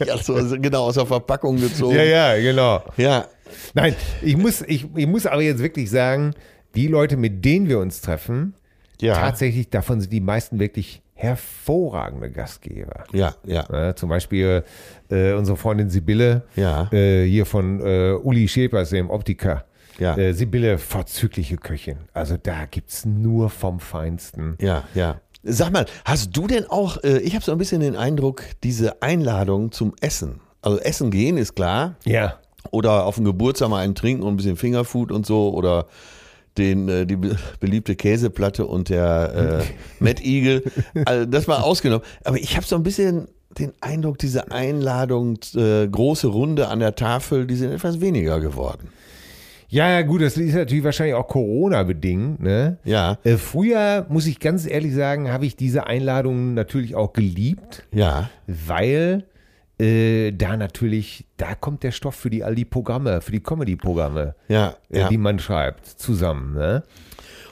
Ja, so, genau, aus der Verpackung gezogen.
ja, ja, genau.
Ja,
Nein, ich muss, ich, ich muss aber jetzt wirklich sagen, die Leute, mit denen wir uns treffen,
Ja.
tatsächlich, davon sind die meisten wirklich hervorragende Gastgeber.
ja, ja.
Ja, zum Beispiel äh, unsere Freundin Sibylle,
Ja.
äh, hier von äh, Uli Schäpers, dem Optiker.
Ja.
Äh, Sibylle, vorzügliche Köchin. Also da gibt es nur vom Feinsten.
Ja, ja. Sag mal, hast du denn auch, äh, ich habe so ein bisschen den Eindruck, diese Einladung zum Essen. Also Essen gehen ist klar.
Ja.
Oder auf dem Geburtstag mal einen trinken und ein bisschen Fingerfood und so. Oder den, äh, die be- beliebte Käseplatte und der äh, Mad Eagle. Also das mal ausgenommen. Aber ich habe so ein bisschen den Eindruck, diese Einladung, äh, große Runde an der Tafel, die sind etwas weniger geworden.
Ja, ja, gut, das ist natürlich wahrscheinlich auch Corona-bedingt, ne?
Ja,
Äh, früher, muss ich ganz ehrlich sagen, habe ich diese Einladungen natürlich auch geliebt,
ja.
weil äh, da natürlich, da kommt der Stoff für die all die Programme, für die Comedy-Programme,
Ja,
äh,
ja.
die man schreibt, zusammen. Ne?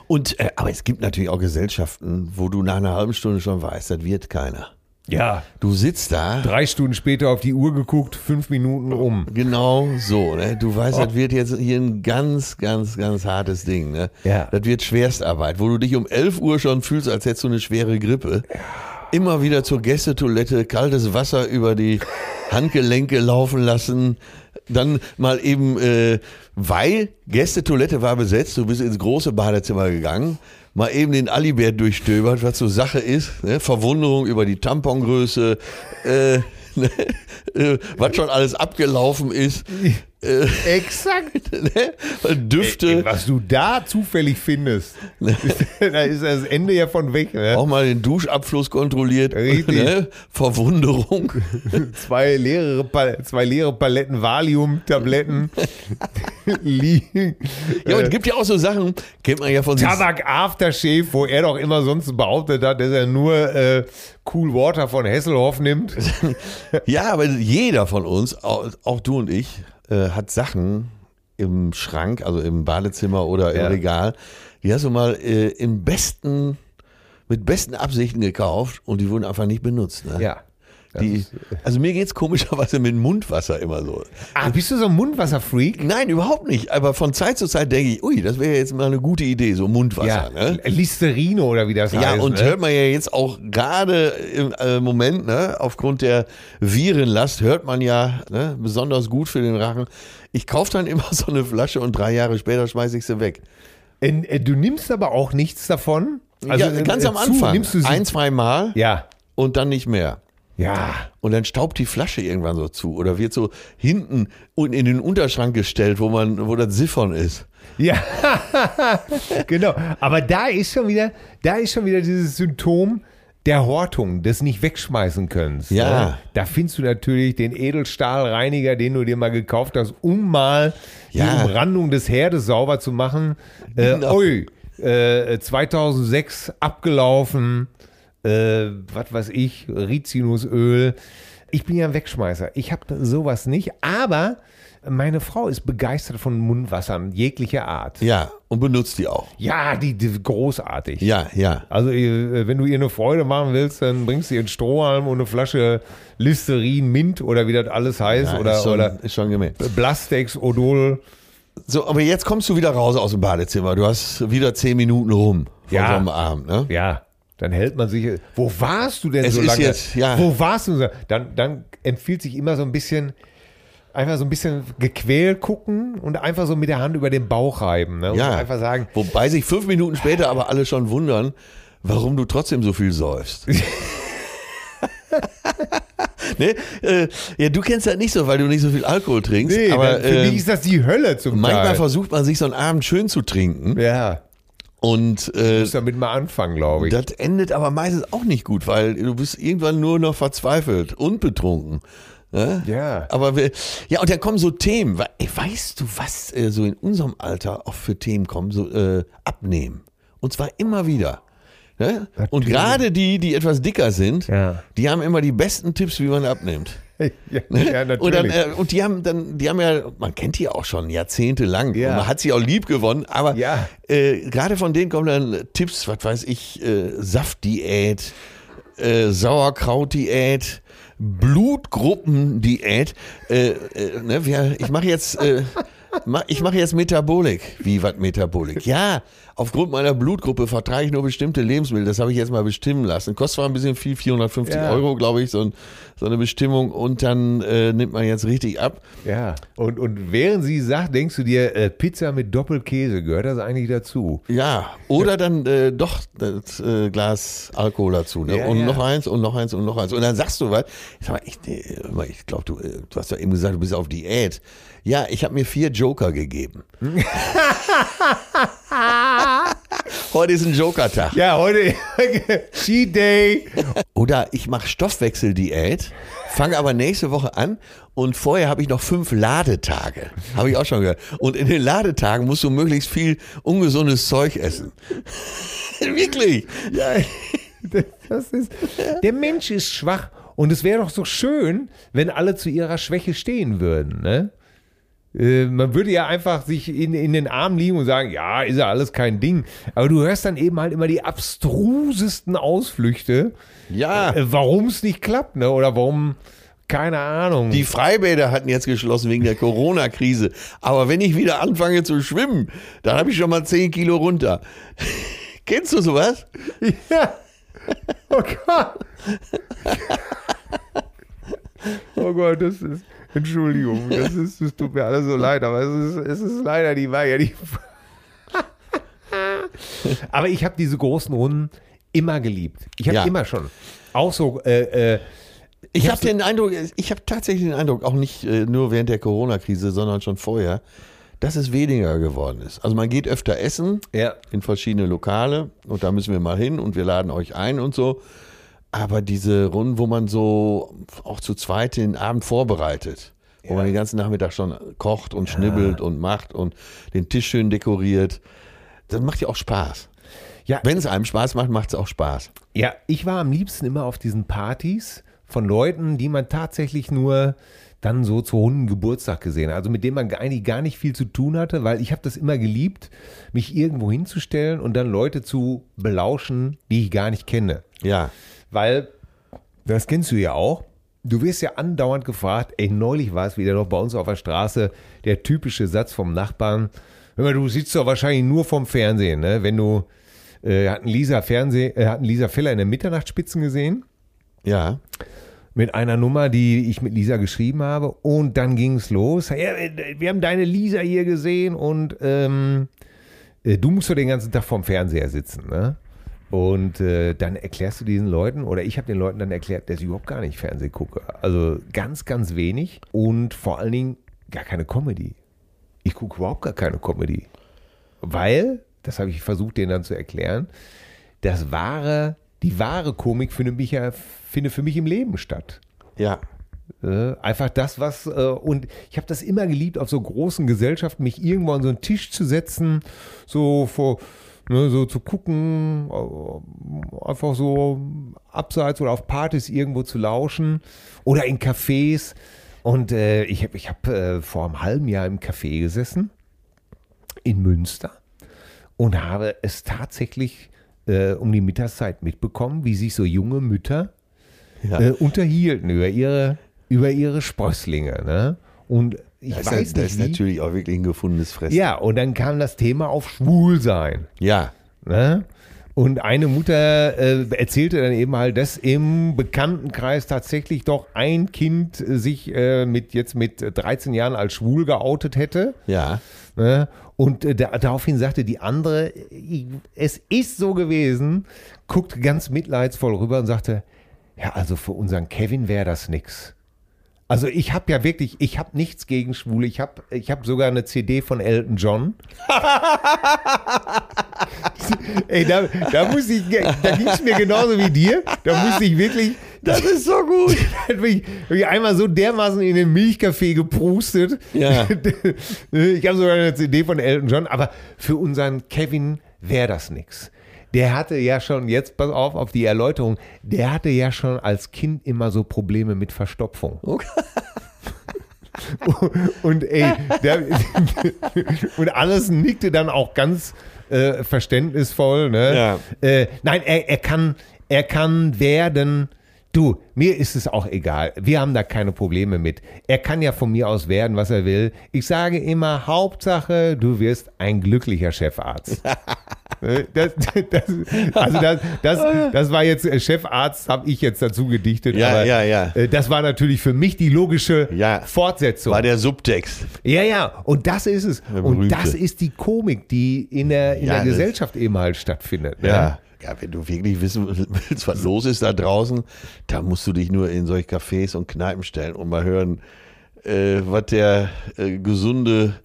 Und äh, aber es gibt natürlich auch Gesellschaften, wo du nach einer halben Stunde schon weißt, das wird keiner.
Ja.
Du sitzt da,
Drei Stunden später auf die Uhr geguckt, fünf Minuten um.
genau so, ne? Du weißt, das wird jetzt hier ein ganz, ganz, ganz hartes Ding, ne?
Ja.
Das wird Schwerstarbeit, wo du dich um 11 Uhr schon fühlst, als hättest du eine schwere Grippe. Immer wieder zur Gästetoilette, kaltes Wasser über die Handgelenke laufen lassen. Dann mal eben, äh, weil Gästetoilette war besetzt, du bist ins große Badezimmer gegangen, mal eben den Alibert durchstöbert, was so Sache ist. Ne? Verwunderung über die Tampongröße, äh, ne? äh, was schon alles abgelaufen ist. Äh,
Exakt.
ne? Düfte.
Was du da zufällig findest, ist, da ist das Ende ja von weg. Ne?
Auch mal den Duschabfluss kontrolliert.
Richtig.
Ne? Verwunderung.
Zwei, leere Pal zwei leere Paletten Valium-Tabletten liegen. Äh,
Ja, und es gibt ja auch so Sachen, kennt man ja von sich.
Tabak Aftershave, wo er doch immer sonst behauptet hat, dass er nur äh, Cool Water von Hesselhoff nimmt.
Ja, aber jeder von uns, auch, auch du und ich, äh, hat Sachen, im Schrank, also im Badezimmer oder im
Ja.
Regal. Die hast du mal äh, in besten, mit besten Absichten gekauft und die wurden einfach nicht benutzt. Ne?
Ja. Das
Die,
ist- äh
also mir geht's komischerweise mit Mundwasser immer so.
ah, bist du so ein Mundwasserfreak?
Nein, überhaupt nicht. Aber von Zeit zu Zeit denke ich, ui, das wäre jetzt mal eine gute Idee, so Mundwasser. Ne?
Listerino oder wie das
Ja,
heißt.
und
ne?
hört man ja jetzt auch gerade im äh, Moment, ne, aufgrund der Virenlast, hört man ja ne, besonders gut für den Rachen. Ich kaufe dann immer so eine Flasche und drei Jahre später schmeiße ich sie weg.
In, äh, du nimmst aber auch nichts davon.
ja,
äh,
ganz
äh,
am
zu,
Anfang.
nimmst du sie.
ein, zwei Mal
Ja.
und dann nicht mehr.
Ja.
Und dann staubt die Flasche irgendwann so zu oder wird so hinten und in den Unterschrank gestellt, wo man, wo das Siphon ist.
Ja. genau. Aber da ist schon wieder, da ist schon wieder dieses Symptom der Hortung, des nicht wegschmeißen können.
Ja.
Ne? Da findest du natürlich den Edelstahlreiniger, den du dir mal gekauft hast, um mal
Ja.
die Umrandung des Herdes sauber zu machen. Äh,
Genau.
Ui, äh, 2006 abgelaufen, äh, was weiß ich, Rizinusöl. Ich bin ja ein Wegschmeißer. Ich habe sowas nicht, aber meine Frau ist begeistert von Mundwassern jeglicher Art.
Ja, und benutzt die auch.
Ja, die, die großartig.
Ja, ja.
Also, äh, wenn du ihr eine Freude machen willst, dann bringst du ihr einen Strohhalm und eine Flasche Listerin, Mint oder wie das alles heißt.
Ja,
oder,
ist schon,
oder
ist schon gemein.
Blastex, Odol.
So, aber jetzt kommst du wieder raus aus dem Badezimmer. Du hast wieder zehn Minuten rum von
Ja.
so einem Abend. Ne?
Ja, dann hält man sich. Wo warst du denn
Es
so
ist
lange?
jetzt, ja.
Wo warst du? so- Dann, dann empfiehlt sich immer so ein bisschen, einfach so ein bisschen gequält gucken und einfach so mit der Hand über den Bauch reiben. Ne? Und
Ja.
Einfach sagen,
Wobei sich fünf Minuten später aber alle schon wundern, warum du trotzdem so viel säufst. ne? äh, ja, du kennst das nicht so, weil du nicht so viel Alkohol trinkst.
nee,
aber
aber, für
äh,
mich ist das die Hölle zum
manchmal
Teil.
versucht man sich so einen Abend schön zu trinken.
Ja,
Und äh,
muss damit mal anfangen, glaube ich.
das endet aber meistens auch nicht gut, weil du bist irgendwann nur noch verzweifelt und betrunken. Ne?
ja.
Aber wir, ja, und dann kommen so Themen. We- ey, Weißt du, was äh, so in unserem Alter auch für Themen kommen? So äh, abnehmen. Und zwar immer wieder. Ne? Und
Natürlich.
gerade die, die etwas dicker sind,
Ja.
die haben immer die besten Tipps, wie man abnimmt.
ja, ja, natürlich.
Und, dann, äh, und die haben dann, die haben ja, man kennt die auch schon jahrzehntelang.
Ja.
Und man hat sie auch lieb gewonnen, aber
Ja.
äh, gerade von denen kommen dann Tipps, was weiß ich, äh, Saftdiät, äh, Sauerkrautdiät, Blutgruppendiät. Äh, äh, ne, wir, ich mache jetzt. Äh, mach- Ich mache jetzt Metabolik. Wie, was Metabolik? Ja, aufgrund meiner Blutgruppe vertrage ich nur bestimmte Lebensmittel. Das habe ich jetzt mal bestimmen lassen. Kostet zwar ein bisschen viel, 450
Ja.
Euro, glaube ich, so, ein, so eine Bestimmung. Und dann äh, nimmt man jetzt richtig ab.
ja. Und, und während sie sagt, denkst du dir, äh, Pizza mit Doppelkäse, gehört das eigentlich dazu?
Ja, oder dann äh, doch das äh, Glas Alkohol dazu. Ne?
Ja,
und
ja.
noch eins und noch eins und noch eins. Und dann sagst du was. Ich, sag mal, ich, äh, hör mal, ich glaube, du, äh, du hast ja eben gesagt, du bist auf Diät. Ja, ich habe mir vier Joker gegeben. Heute ist ein Joker-Tag.
Ja, heute Cheat Day.
Oder ich mache Stoffwechseldiät, fange aber nächste Woche an und vorher habe ich noch fünf Ladetage. Habe ich auch schon gehört. Und in den Ladetagen musst du möglichst viel ungesundes Zeug essen. Wirklich.
Ja, das ist, der Mensch ist schwach und es wäre doch so schön, wenn alle zu ihrer Schwäche stehen würden. Ne? Äh, Man würde ja einfach sich in, in den Arm liegen und sagen, ja, ist ja alles kein Ding. Aber du hörst dann eben halt immer die abstrusesten Ausflüchte,
Ja.
äh, warum es nicht klappt, ne? Oder warum, keine Ahnung.
Die Freibäder hatten jetzt geschlossen wegen der Corona-Krise. Aber wenn ich wieder anfange zu schwimmen, dann habe ich schon mal 10 Kilo runter. Kennst du sowas?
Ja. Oh Gott. Oh Gott, das ist. Entschuldigung, das, ist, das tut mir alles so leid, aber es ist, es ist leider die Wahrheit. Die aber ich habe diese großen Runden immer geliebt. Ich habe
Ja.
immer schon. Auch so, äh, äh,
Ich habe den Eindruck, ich habe tatsächlich den Eindruck, auch nicht äh, nur während der Corona-Krise, sondern schon vorher, dass es weniger geworden ist. Also man geht öfter essen
ja.
in verschiedene Lokale und da müssen wir mal hin und wir laden euch ein und so. Aber diese Runden, wo man so auch zu zweit den Abend vorbereitet, wo man den ganzen Nachmittag schon kocht und schnibbelt und macht und den Tisch schön dekoriert, das macht ja auch Spaß.
Ja,
Wenn es einem Spaß macht, macht es auch Spaß.
Ja, ich war am liebsten immer auf diesen Partys von Leuten, die man tatsächlich nur dann so zu Hunden Geburtstag gesehen. Also mit dem man eigentlich gar nicht viel zu tun hatte, weil ich habe das immer geliebt, mich irgendwo hinzustellen und dann Leute zu belauschen, die ich gar nicht kenne.
Ja.
Weil, das kennst du ja auch, du wirst ja andauernd gefragt, ey, neulich war es wieder noch bei uns auf der Straße, der typische Satz vom Nachbarn, hör mal, du sitzt doch wahrscheinlich nur vom Fernsehen, ne? wenn du, äh, hatten Lisa Fernseh, äh, hatten Lisa Feller in der Mitternachtsspitzen gesehen,
Ja.
mit einer Nummer, die ich mit Lisa geschrieben habe und dann ging es los, ja, äh, wir haben deine Lisa hier gesehen und ähm, äh, du musst doch den ganzen Tag vorm Fernseher sitzen, ne? Und äh, dann erklärst du diesen Leuten, oder ich habe den Leuten dann erklärt, dass ich überhaupt gar nicht Fernsehen gucke. Also ganz, ganz wenig und vor allen Dingen gar keine Comedy. Ich gucke überhaupt gar keine Comedy. Weil, das habe ich versucht, denen dann zu erklären, das wahre, die wahre Komik findet, mich ja, findet für mich im Leben statt.
Ja.
Äh, einfach das, was, äh, und ich habe das immer geliebt, auf so großen Gesellschaften mich irgendwo an so einen Tisch zu setzen, so vor, ne, so zu gucken, äh, einfach so abseits oder auf Partys irgendwo zu lauschen oder in Cafés. Und äh, ich habe ich hab, äh, vor einem halben Jahr im Café gesessen in Münster und habe es tatsächlich äh, um die Mittagszeit mitbekommen, wie sich so junge Mütter
Ja.
äh, unterhielten über ihre, über ihre Sprösslinge. Ne? Und ich
Das
weiß
ist, das ist
nicht, wie.
natürlich auch wirklich ein gefundenes Fressen.
Ja, und dann kam das Thema auf Schwulsein.
Ja.
Ne? Und eine Mutter äh, erzählte dann eben halt, dass im Bekanntenkreis tatsächlich doch ein Kind äh, sich äh, mit jetzt mit 13 Jahren als schwul geoutet hätte.
Ja.
Ne? Und äh, da, daraufhin sagte die andere, ich, es ist so gewesen, guckt ganz mitleidsvoll rüber und sagte, ja, also für unseren Kevin wäre das nix. Also ich habe ja wirklich, ich habe nichts gegen Schwule. Ich habe ich hab sogar eine CD von Elton John. Ey, da, da muss ich, da ging es mir genauso wie dir. Da muss ich wirklich,
Das ist so gut.
hat mich, hab ich einmal so dermaßen in den Milchkaffee geprustet.
Ja.
ich habe sogar eine CD von Elton John, aber für unseren Kevin wäre das nix. Der hatte ja schon, jetzt pass auf auf die Erläuterung, der hatte ja schon als Kind immer so Probleme mit Verstopfung. Und ey, der, und alles nickte dann auch ganz äh, verständnisvoll. Ne?
Ja.
Äh, nein, er, er, kann, er kann werden. Du, mir ist es auch egal. Wir haben da keine Probleme mit. Er kann ja von mir aus werden, was er will. Ich sage immer, Hauptsache, du wirst ein glücklicher Chefarzt. Äh, das, das, also das, das, das war jetzt äh, Chefarzt, habe ich jetzt dazu gedichtet.
Ja,
aber,
ja, ja.
äh, Das war natürlich für mich die logische
Ja.
Fortsetzung.
War der Subtext.
Ja, ja, und das ist es.
Der
Und
berühmte.
das ist die Komik, die in der, in
Ja,
der
das-
Gesellschaft eben halt stattfindet. ne?
Ja. Ja, wenn du wirklich wissen willst, was los ist da draußen, da musst du dich nur in solche Cafés und Kneipen stellen und mal hören, äh, was der äh, gesunde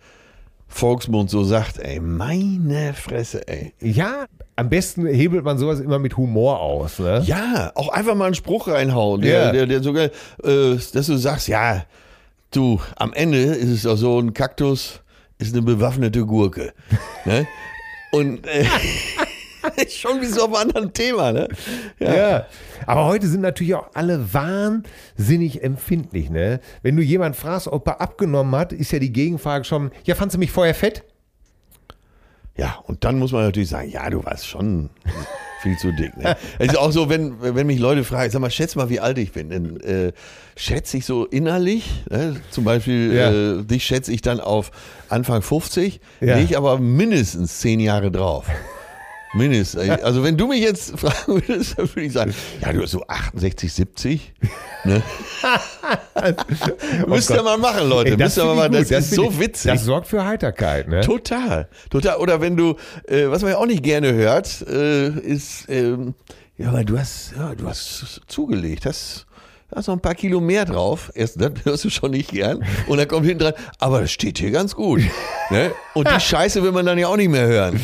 Volksmund so sagt. Ey, meine Fresse, ey.
ja, am besten hebelt man sowas immer mit Humor aus. Ne?
Ja, auch einfach mal einen Spruch reinhauen, der,
Ja.
der, der sogar, äh, dass du sagst, ja, du, am Ende ist es doch so, ein Kaktus ist eine bewaffnete Gurke. ne? Und äh, schon wie so auf einem anderen Thema, ne?
Ja. Aber heute sind natürlich auch alle wahnsinnig empfindlich. Ne? Wenn du jemand fragst, ob er abgenommen hat, ist ja die Gegenfrage schon, ja, fandst du mich vorher fett?
Ja, und dann muss man natürlich sagen, ja, du warst schon viel zu dick. Ne? Es ist auch so, wenn, wenn mich Leute fragen, sag mal, schätz mal, wie alt ich bin. Dann äh, schätze ich so innerlich, ne? zum Beispiel
Ja.
äh, dich schätze ich dann auf Anfang 50,
Ja.
dich aber mindestens zehn Jahre drauf. Mindestens. Also wenn du mich jetzt fragen würdest, dann würde ich sagen, ja, du hast so 68, 70. Ne? Müsst ihr
Oh Gott.
mal machen, Leute.
Ey,
Müsst ihr
find
mal
ich
machen.
gut,
Das, ist
find
so
ich-
witzig.
Das sorgt für Heiterkeit. Ne?
Total, total. Oder wenn du, äh, was man ja auch nicht gerne hört, äh, ist, ähm, ja, aber du hast, ja, du hast zugelegt, hast, hast noch ein paar Kilo mehr drauf. Erst dann hörst du schon nicht gern. Und dann kommt hinten dran, aber das steht hier ganz gut. ne? Und die Scheiße will man dann ja auch nicht mehr hören.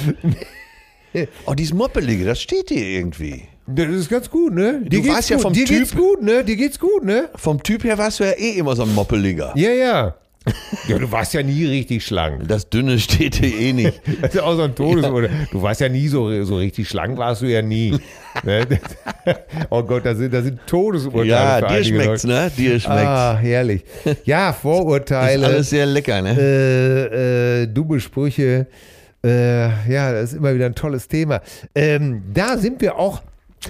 Oh, dieses Moppelige, das steht hier irgendwie.
Das ist ganz gut, ne? Dir
Du
geht's
warst ja
gut.
vom
Dir
Typ-
geht's gut, ne? Dir geht's gut, ne?
Vom Typ her warst du ja eh immer so ein Moppeliger.
Ja, ja. Ja, du warst ja nie richtig schlank.
Das Dünne steht hier eh nicht.
Das ist auch so ein Todesurteil. Du warst ja nie so, so richtig schlank, warst du ja nie. Ne? oh Gott, das sind, das sind Todesurteile.
Ja,
für
dir
einige
schmeckt's,
Leute.
ne? Dir schmeckt's.
Ah, herrlich. Ja,
ist
Vorurteile.
alles sehr lecker, ne?
äh, äh, dumme Sprüche. Äh, ja, das ist immer wieder ein tolles Thema. Ähm, da sind wir auch,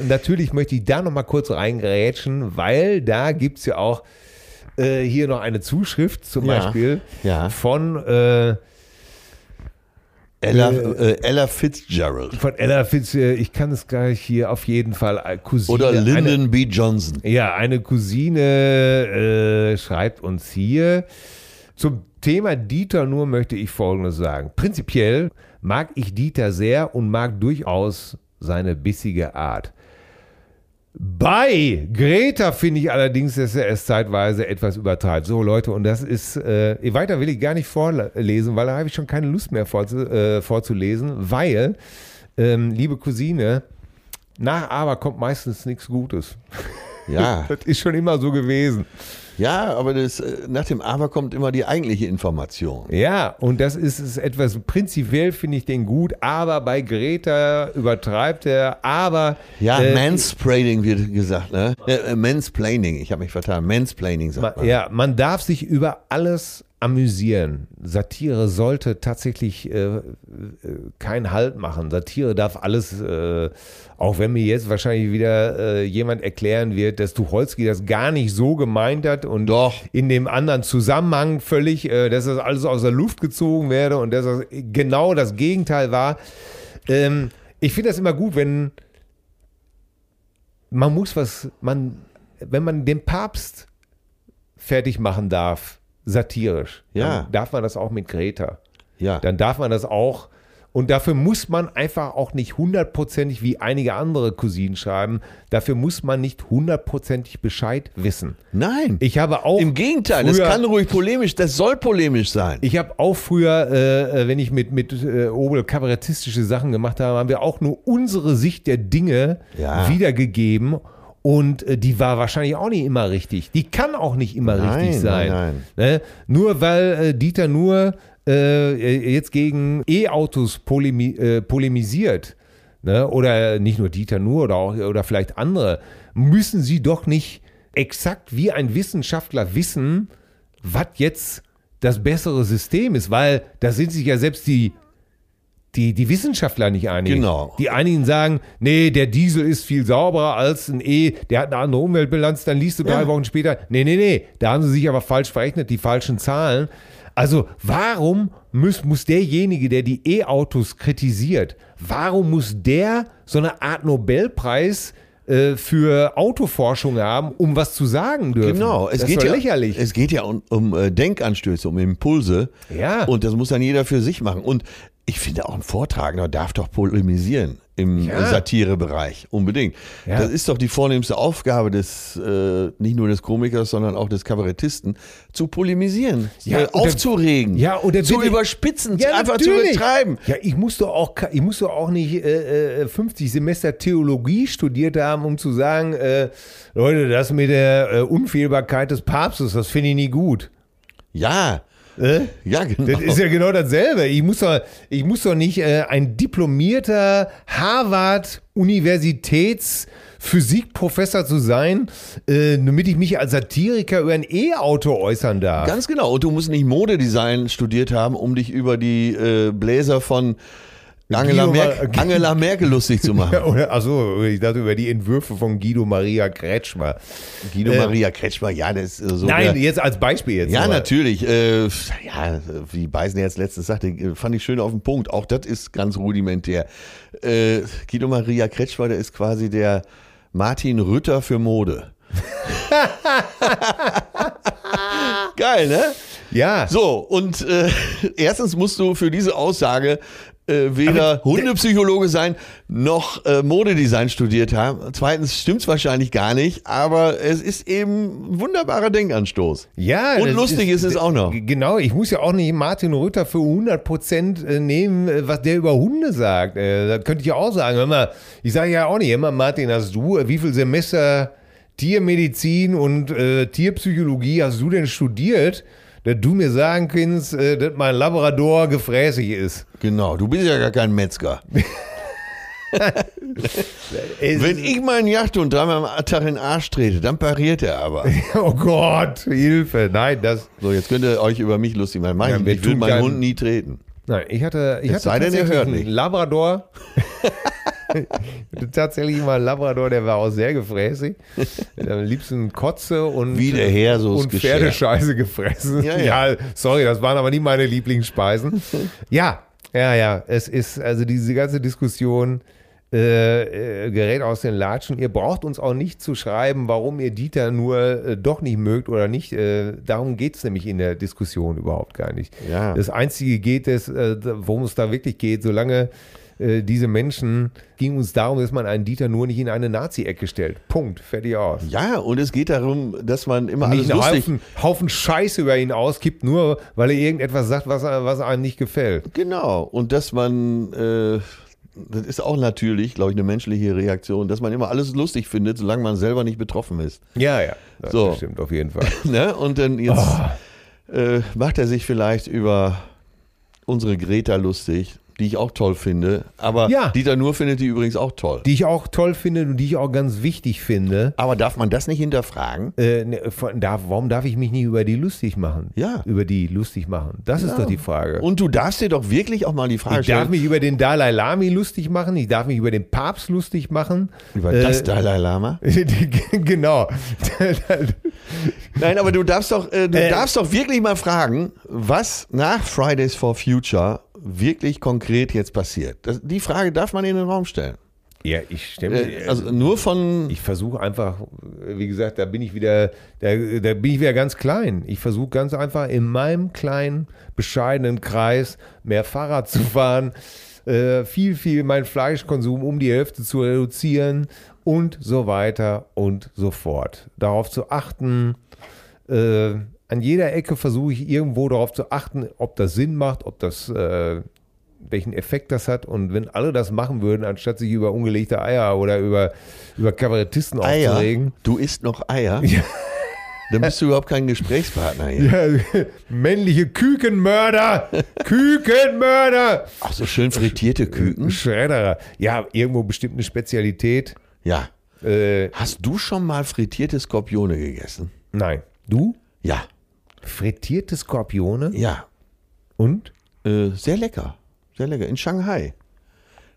natürlich möchte ich da nochmal kurz reingrätschen, weil da gibt es ja auch äh, hier noch eine Zuschrift zum
Ja,
Beispiel
ja.
Von, äh,
Ella, äh, Ella Fitzgerald
von Ella Fitz, äh, ich kann es gleich hier auf jeden Fall, äh, Cousine.
oder
eine-
Lyndon B. Johnson.
Ja, eine Cousine äh, schreibt uns hier. Zum Thema Dieter nur möchte ich Folgendes sagen. Prinzipiell mag ich Dieter sehr und mag durchaus seine bissige Art. Bei Greta finde ich allerdings, dass er es zeitweise etwas übertreibt. So Leute, und das ist, äh, weiter will ich gar nicht vorlesen, weil da habe ich schon keine Lust mehr vorzu, äh, vorzulesen, weil, ähm, liebe Cousine, nach aber kommt meistens nichts Gutes.
Ja,
Das ist schon immer so gewesen.
ja, aber das, äh, nach dem Aber kommt immer die eigentliche Information.
Ja, und das ist es etwas, prinzipiell finde ich den gut, aber bei Greta übertreibt er, aber
Ja,
äh,
Mansplaining wird gesagt, ne? Äh, äh, Mansplaining, ich habe mich vertan. Mansplaining sagt
man,
man.
ja, man darf sich über alles amüsieren. Satire sollte tatsächlich äh, äh, keinen Halt machen. Satire darf alles, äh, auch wenn mir jetzt wahrscheinlich wieder äh, jemand erklären wird, dass Tucholsky das gar nicht so gemeint hat und
Doch.
in dem anderen Zusammenhang völlig, äh, dass das alles aus der Luft gezogen werde und dass das genau das Gegenteil war. Ähm, ich finde das immer gut, wenn man muss was, man, wenn man den Papst fertig machen darf, satirisch,
Ja.
dann darf man das auch mit Greta.
Ja,
Dann darf man das auch. Und dafür muss man einfach auch nicht hundertprozentig, wie einige andere Cousinen schreiben, dafür muss man nicht hundertprozentig Bescheid wissen.
nein.
Ich habe auch.
Im Gegenteil, das
früher-
kann ruhig polemisch, das soll polemisch sein.
Ich habe auch früher, äh, äh, wenn ich mit, mit äh, Obel kabarettistische Sachen gemacht habe, haben wir auch nur unsere Sicht der Dinge
Ja.
wiedergegeben. Und äh, die war wahrscheinlich auch nicht immer richtig. Die kann auch nicht immer
Nein,
richtig sein.
nein,
Ne? Nur weil äh, Dieter nur äh, jetzt gegen E-Autos polemi äh, polemisiert, ne? oder nicht nur Dieter nur oder, auch, oder vielleicht andere, müssen sie doch nicht exakt wie ein Wissenschaftler wissen, was jetzt das bessere System ist, weil da sind sich ja selbst die, die, die Wissenschaftler nicht einig.
Genau.
Die einigen sagen, nee, der Diesel ist viel sauberer als ein E, der hat eine andere Umweltbilanz, dann liest du drei Wochen später, nee, nee, nee, da haben sie sich aber falsch verrechnet, die falschen Zahlen. Also warum muss, muss derjenige, der die E-Autos kritisiert, warum muss der so eine Art Nobelpreis äh, für Autoforschung haben, um was zu sagen dürfen?
Genau, es
das
geht
ist doch
ja
lächerlich.
Es geht ja um, um äh, Denkanstöße, um Impulse.
Ja.
Und das muss dann jeder für sich machen. Und ich finde auch ein Vortragender darf doch polemisieren im
Ja.
äh, Satirebereich unbedingt.
Ja.
Das ist doch die vornehmste Aufgabe des äh, nicht nur des Komikers, sondern auch des Kabarettisten, zu polemisieren,
Ja,
äh,
und dann-
aufzuregen,
Ja, und dann
zu
bitte-
überspitzen,
Ja,
einfach zu
natürlich.
übertreiben.
Ja, ich muss doch auch, ke- ich muss doch auch nicht äh, äh, 50 Semester Theologie studiert haben, um zu sagen, äh, Leute, das mit der äh, Unfehlbarkeit des Papstes, das finde ich nie gut.
Ja,
Äh?
ja, genau.
Das ist ja genau dasselbe. Ich muss doch, ich muss doch nicht äh, ein diplomierter Harvard-Universitäts-Physikprofessor zu sein, äh, damit ich mich als Satiriker über ein E-Auto äußern darf.
Ganz genau. Und du musst nicht Modedesign studiert haben, um dich über die äh, Bläser von Angela,
Guido
Merk
Ma-
Angela Merkel lustig zu machen.
Ja, oder, achso, ich dachte über die Entwürfe von Guido Maria Kretschmer.
Guido
Äh,
Maria Kretschmer, ja, das ist äh, so.
Nein,
der,
jetzt als Beispiel jetzt.
ja,
nur.
natürlich. Äh, ja, wie Beisner jetzt letztens sagte, äh, fand ich schön auf den Punkt. Auch das ist ganz rudimentär. Äh, Guido Maria Kretschmer, der ist quasi der Martin Rütter für Mode. Geil, ne?
Ja.
So, und äh, erstens musst du für diese Aussage äh, weder Hundepsychologe sein noch äh, Modedesign studiert haben. Zweitens stimmt's wahrscheinlich gar nicht, aber es ist eben ein wunderbarer Denkanstoß.
ja.
und
das
lustig ist es auch noch.
Genau, ich muss ja auch nicht Martin Rütter für 100 Prozent nehmen, äh, was der über Hunde sagt. Äh, Das könnte ich ja auch sagen. Immer, ich sage ja auch nicht immer, Martin, hast du, äh, wie viel Semester Tiermedizin und äh, Tierpsychologie hast du denn studiert? dass du mir sagen kannst, äh, dass mein Labrador gefräßig ist.
Genau, du bist ja gar kein Metzger.
Es-
Wenn ich mal in Yacht und dreimal am Tag in den Arsch trete, dann pariert er aber.
oh Gott, Hilfe. Nein, das.
So, jetzt könnt ihr euch über mich lustig machen. Mach
Ja,
ich
wir
nicht. ich will
tun
meinen
keinen-
Hund nie treten.
Nein, ich hatte, ich
Es
hatte
sei denn, ihr
tatsächlich
hört
einen
nicht.
Labrador. Ich hatte tatsächlich mal einen Labrador, der war auch sehr gefräßig. Der hat am liebsten Kotze und,
Wie der Herr, so ist
und
geschert.
Pferdescheiße gefressen.
Ja, ja.
sorry, das waren aber nie meine Lieblingsspeisen. ja, ja, ja. Es ist, also diese ganze Diskussion äh, äh, gerät aus den Latschen. Ihr braucht uns auch nicht zu schreiben, warum ihr Dieter nur äh, doch nicht mögt oder nicht. Äh, darum geht es nämlich in der Diskussion überhaupt gar nicht.
Ja.
Das Einzige geht es, äh, worum es da wirklich geht, solange äh, diese Menschen, ging uns darum, dass man einen Dieter nur nicht in eine Nazi-Ecke stellt. Punkt. Fertig aus.
Ja, und es geht darum, dass man immer alles
Nicht einen
lustig.
Haufen, Haufen Scheiße über ihn auskippt, nur weil er irgendetwas sagt, was, was einem nicht gefällt.
Genau, und dass man, äh, das ist auch natürlich, glaube ich, eine menschliche Reaktion, dass man immer alles lustig findet, solange man selber nicht betroffen ist.
Ja, ja. Das
So.
stimmt auf jeden Fall.
Ne? Und dann jetzt
Ah.
äh, macht er sich vielleicht über unsere Greta lustig, die ich auch toll finde. Aber
Ja.
Dieter Nur findet die übrigens auch toll.
Die ich auch toll finde und die ich auch ganz wichtig finde.
Aber darf man das nicht hinterfragen?
Äh, ne, von, darf, warum darf ich mich nicht über die lustig machen?
Ja.
Über die lustig machen. Das ist doch die Frage.
Und du darfst dir doch wirklich auch mal die Frage
Ich darf
stellen.
mich über den Dalai Lama lustig machen, ich darf mich über den Papst lustig machen. Äh,
über das Dalai Lama?
genau.
Nein, aber du darfst doch, äh, du
Äh.
darfst doch wirklich mal fragen, was nach Fridays for Future wirklich konkret jetzt passiert. Das, die Frage darf man in den Raum stellen.
ja, ich stelle
Äh, also nur von.
ich versuche einfach, wie gesagt, da bin ich wieder, da, da bin ich wieder ganz klein. Ich versuche ganz einfach in meinem kleinen, bescheidenen Kreis mehr Fahrrad zu fahren, äh, viel, viel meinen Fleischkonsum um die Hälfte zu reduzieren und so weiter und so fort. Darauf zu achten, äh, an jeder Ecke versuche ich irgendwo darauf zu achten, ob das Sinn macht, ob das äh, welchen Effekt das hat und wenn alle das machen würden, anstatt sich über ungelegte Eier oder über, über Kabarettisten aufzuregen.
Du isst noch Eier. Dann bist du überhaupt kein Gesprächspartner hier.
Ja, männliche Kükenmörder! Kükenmörder!
Ach, so schön frittierte Küken.
Schredderer. Ja, irgendwo bestimmt eine Spezialität.
Ja.
Äh,
Hast du schon mal frittierte Skorpione gegessen?
nein. Du?
Ja.
Frittierte Skorpione?
Ja.
Und?
Äh, sehr lecker. Sehr lecker. In Shanghai.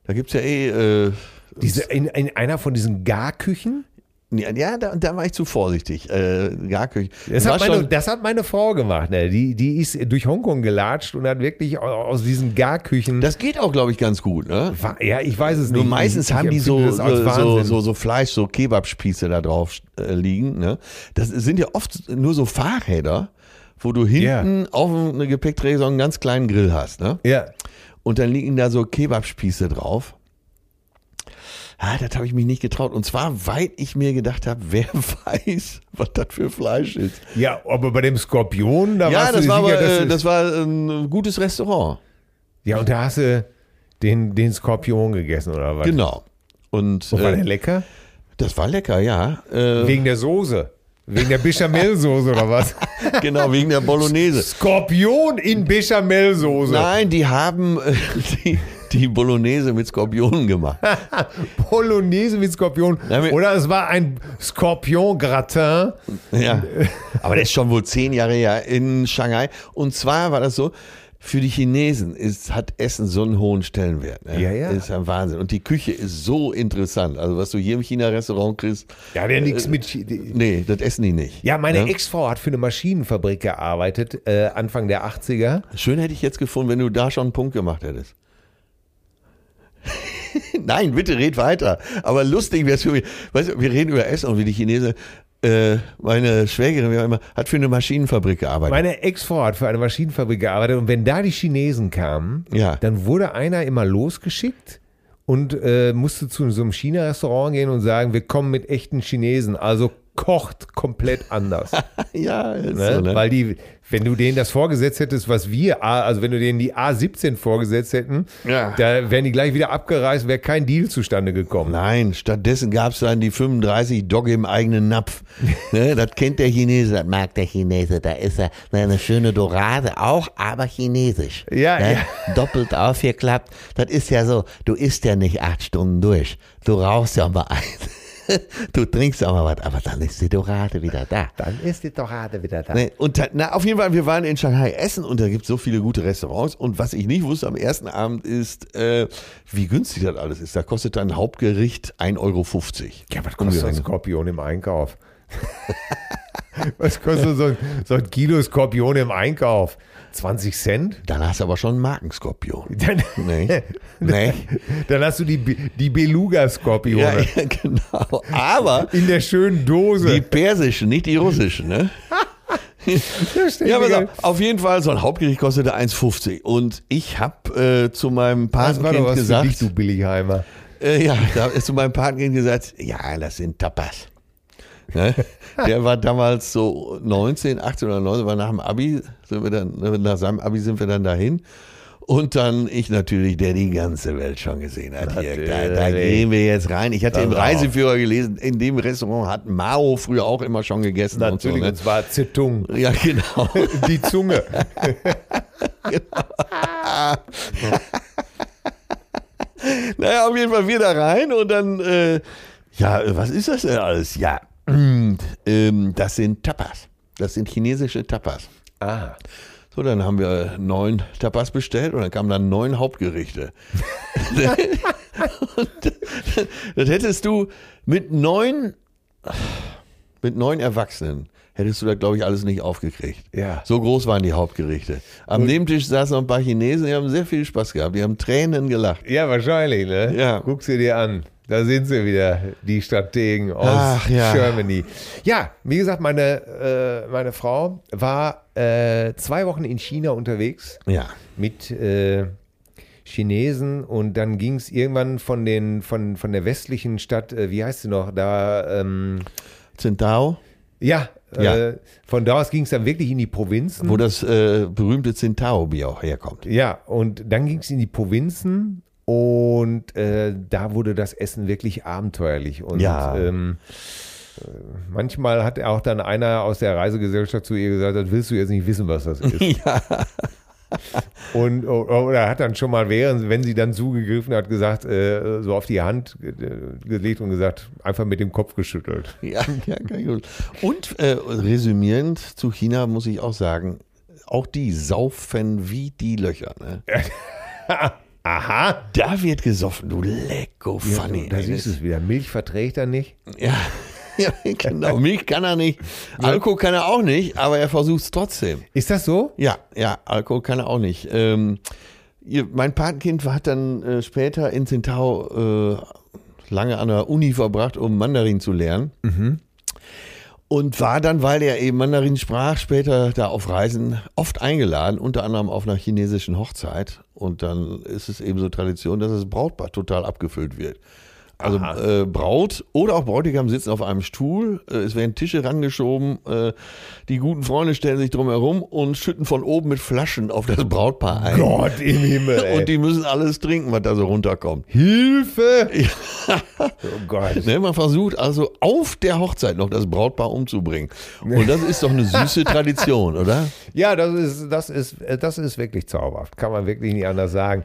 Da gibt es ja eh. Äh,
Diese, in, in einer von diesen Garküchen?
ja, da, da war ich zu vorsichtig. Äh, gar kein-
Das
War
hat, meine,
schon-
das hat meine Frau gemacht. Ne? Die, die ist durch Hongkong gelatscht und hat wirklich au- aus diesen Garküchen.
Das geht auch, glaube ich, ganz gut, ne?
Wa- ja, ich weiß es
Nur
nicht.
meistens
Ich- ich
haben die
empfinde
so,
das als
so, so,
Wahnsinn.
so, so Fleisch, so Kebabspieße da drauf äh, liegen. Ne? Das sind ja oft nur so Fahrräder, wo du hinten auf eine Gepäckträger so einen ganz kleinen Grill hast. Ne?
Ja.
Und dann liegen da so Kebabspieße drauf. Ah, das habe ich mich nicht getraut. Und zwar, weil ich mir gedacht habe, wer weiß, was das für Fleisch ist.
ja, aber bei dem Skorpion, da
ja,
warst
das
du
war,
sicher,
aber,
dass
äh,
es-
das war ein gutes Restaurant.
Ja, und da hast du den, den Skorpion gegessen, oder was?
Genau. Und
Und war der
äh,
lecker?
das war lecker, ja. Äh,
Wegen der Soße. Wegen der Bechamelsoße, oder was?
genau, wegen der Bolognese.
Skorpion in Bechamelsoße.
Nein, die haben äh, die, die Bolognese mit Skorpionen gemacht.
Polonaise mit Skorpion.
Ja, wir-
Oder es war ein Skorpion-Gratin.
Ja. Aber das ist schon wohl zehn Jahre her in Shanghai. Und zwar war das so, für die Chinesen ist, hat Essen so einen hohen Stellenwert. Ne?
Ja, ja.
Ist ja Wahnsinn. Und die Küche ist so interessant. Also was du hier im China-Restaurant kriegst, äh,
Ja, der nichts mit.
nee, das essen die nicht.
Ja, meine
Ne?
Ex-Frau hat für eine Maschinenfabrik gearbeitet, äh, Anfang der 80er.
Schön hätte ich jetzt gefunden, wenn du da schon einen Punkt gemacht hättest. Nein, bitte red weiter. Aber lustig wäre es für mich. Weißt du, wir reden über Essen und wie die Chinesen. Äh, meine Schwägerin wie auch immer, hat für eine Maschinenfabrik gearbeitet.
Meine Ex-Frau hat für eine Maschinenfabrik gearbeitet und wenn da die Chinesen kamen,
Ja.
dann wurde einer immer losgeschickt und äh, musste zu so einem China-Restaurant gehen und sagen, wir kommen mit echten Chinesen, also kocht komplett anders.
ja, ist
Ne?
so, ne?
Weil die, wenn du denen das vorgesetzt hättest, was wir, A- also wenn du denen die A17 vorgesetzt hätten,
Ja.
da wären die gleich wieder abgereist, wäre kein Deal zustande gekommen.
Nein, stattdessen gab es dann die 35 Dogge im eigenen Napf. ne, das kennt der Chinese, das mag der Chinese. Da ist er ne, eine schöne Dorade auch, aber chinesisch.
Ja,
ne?
ja.
Doppelt aufgeklappt. Das ist ja so, du isst ja nicht acht Stunden durch. Du rauchst ja mal ein. Du trinkst auch mal was, aber dann ist die Dorade wieder da.
Dann ist die Torade wieder da.
Nee, Ne, und ta- na, auf jeden Fall, wir waren in Shanghai essen und da gibt es so viele gute Restaurants. Und was ich nicht wusste am ersten Abend ist, äh, wie günstig das alles ist. Da kostet ein Hauptgericht 1,50 Euro.
Ja, was kostet so ein Skorpion im Einkauf? was kostet so ein, so ein Kilo Skorpion im Einkauf? 20 Cent?
Dann hast du aber schon einen Markenskorpion. Ne?
Dann,
Nee. nee.
dann hast du die, Be- die Beluga-Skorpione
Ja, ja, genau. Aber
in der schönen
die
Dose.
persischen, nicht die russischen, ne? Ja, pass auf, auf jeden Fall, so ein Hauptgericht kostete 1,50. Und ich habe äh, zu meinem
das Also war
Patenkind
doch was
gesagt,
für dich, du Billigheimer.
Äh, ja, da ist zu meinem Patenkind gesagt, ja, das sind Tapas. Ne? Der war damals so 19, 18 oder 19, war nach dem Abi, sind wir dann, ne, nach seinem Abi sind wir dann dahin. Und dann ich natürlich, der die ganze Welt schon gesehen hat. Hier, da, da
Natürlich.
gehen wir jetzt rein. Ich hatte
Das
im
auch.
Reiseführer gelesen, in dem Restaurant hat Mao früher auch immer schon gegessen
Natürlich, und
und so.
zwar Zittung.
Ne? Ja, genau.
Die Zunge.
Naja, auf jeden Fall wir da rein und dann, äh, ja, was ist das denn alles? Ja, mm, ähm, das sind Tapas. Das sind chinesische Tapas.
Ah.
So, dann haben wir neun Tapas bestellt und dann kamen dann neun Hauptgerichte. und das hättest du mit neun, mit neun Erwachsenen, hättest du da, glaube ich, alles nicht aufgekriegt.
Ja.
So groß waren die Hauptgerichte. Am Nebentisch saßen noch ein paar Chinesen, die haben sehr viel Spaß gehabt. Die haben Tränen gelacht.
Ja, wahrscheinlich, ne?
Ja.
Guck sie dir an. Da sind sie wieder, die Strategen aus
Ach, ja.
Germany. Ja, wie gesagt, meine, äh, meine Frau war äh, zwei Wochen in China unterwegs
Ja.
mit äh, Chinesen und dann ging es irgendwann von, den, von, von der westlichen Stadt, äh, wie heißt sie noch, da, ähm,
Tsingtao,
ja,
Ja.
Äh, von da aus ging es dann wirklich in die Provinzen.
wo das äh, berühmte Tsingtao-Bier auch herkommt.
Ja, und dann ging es in die Provinzen und äh, da wurde das Essen wirklich abenteuerlich. Und
Ja.
ähm, äh, manchmal hat auch dann einer aus der Reisegesellschaft zu ihr gesagt, das willst du jetzt nicht wissen, was das ist.
Ja.
und o- oder hat dann schon mal, während, wenn sie dann zugegriffen hat, gesagt, äh, so auf die Hand äh, gelegt und gesagt, einfach mit dem Kopf geschüttelt.
Ja, ja, ganz gut. Und äh, resümierend zu China muss ich auch sagen, auch die saufen wie die Löcher. Ne?
Aha!
Da wird gesoffen, du lecko funny.
da siehst du es wieder. Milch verträgt er nicht.
ja, ja, genau. Milch kann er nicht. Alkohol kann er auch nicht, aber er versucht es trotzdem.
Ist das so?
Ja, ja, Alkohol kann er auch nicht. Ähm, ihr, mein Patenkind hat dann äh, später in Tsingtao äh, lange an der Uni verbracht, um Mandarin zu lernen. Und war dann, weil er eben Mandarin sprach, später da auf Reisen oft eingeladen, unter anderem auf einer chinesischen Hochzeit. Und dann ist es eben so Tradition, dass das Brautpaar total abgefüllt wird. Also äh, Braut oder auch Bräutigam sitzen auf einem Stuhl, äh, es werden Tische rangeschoben, äh, die guten Freunde stellen sich drumherum und schütten von oben mit Flaschen auf das Brautpaar ein.
Gott im Himmel. Ey.
Und die müssen alles trinken, was da so runterkommt.
Hilfe! oh Gott.
Ne, man versucht also auf der Hochzeit noch das Brautpaar umzubringen. Und das ist doch eine süße Tradition, oder?
Ja, das ist, das ist, äh, das ist wirklich zauberhaft. Kann man wirklich nicht anders sagen.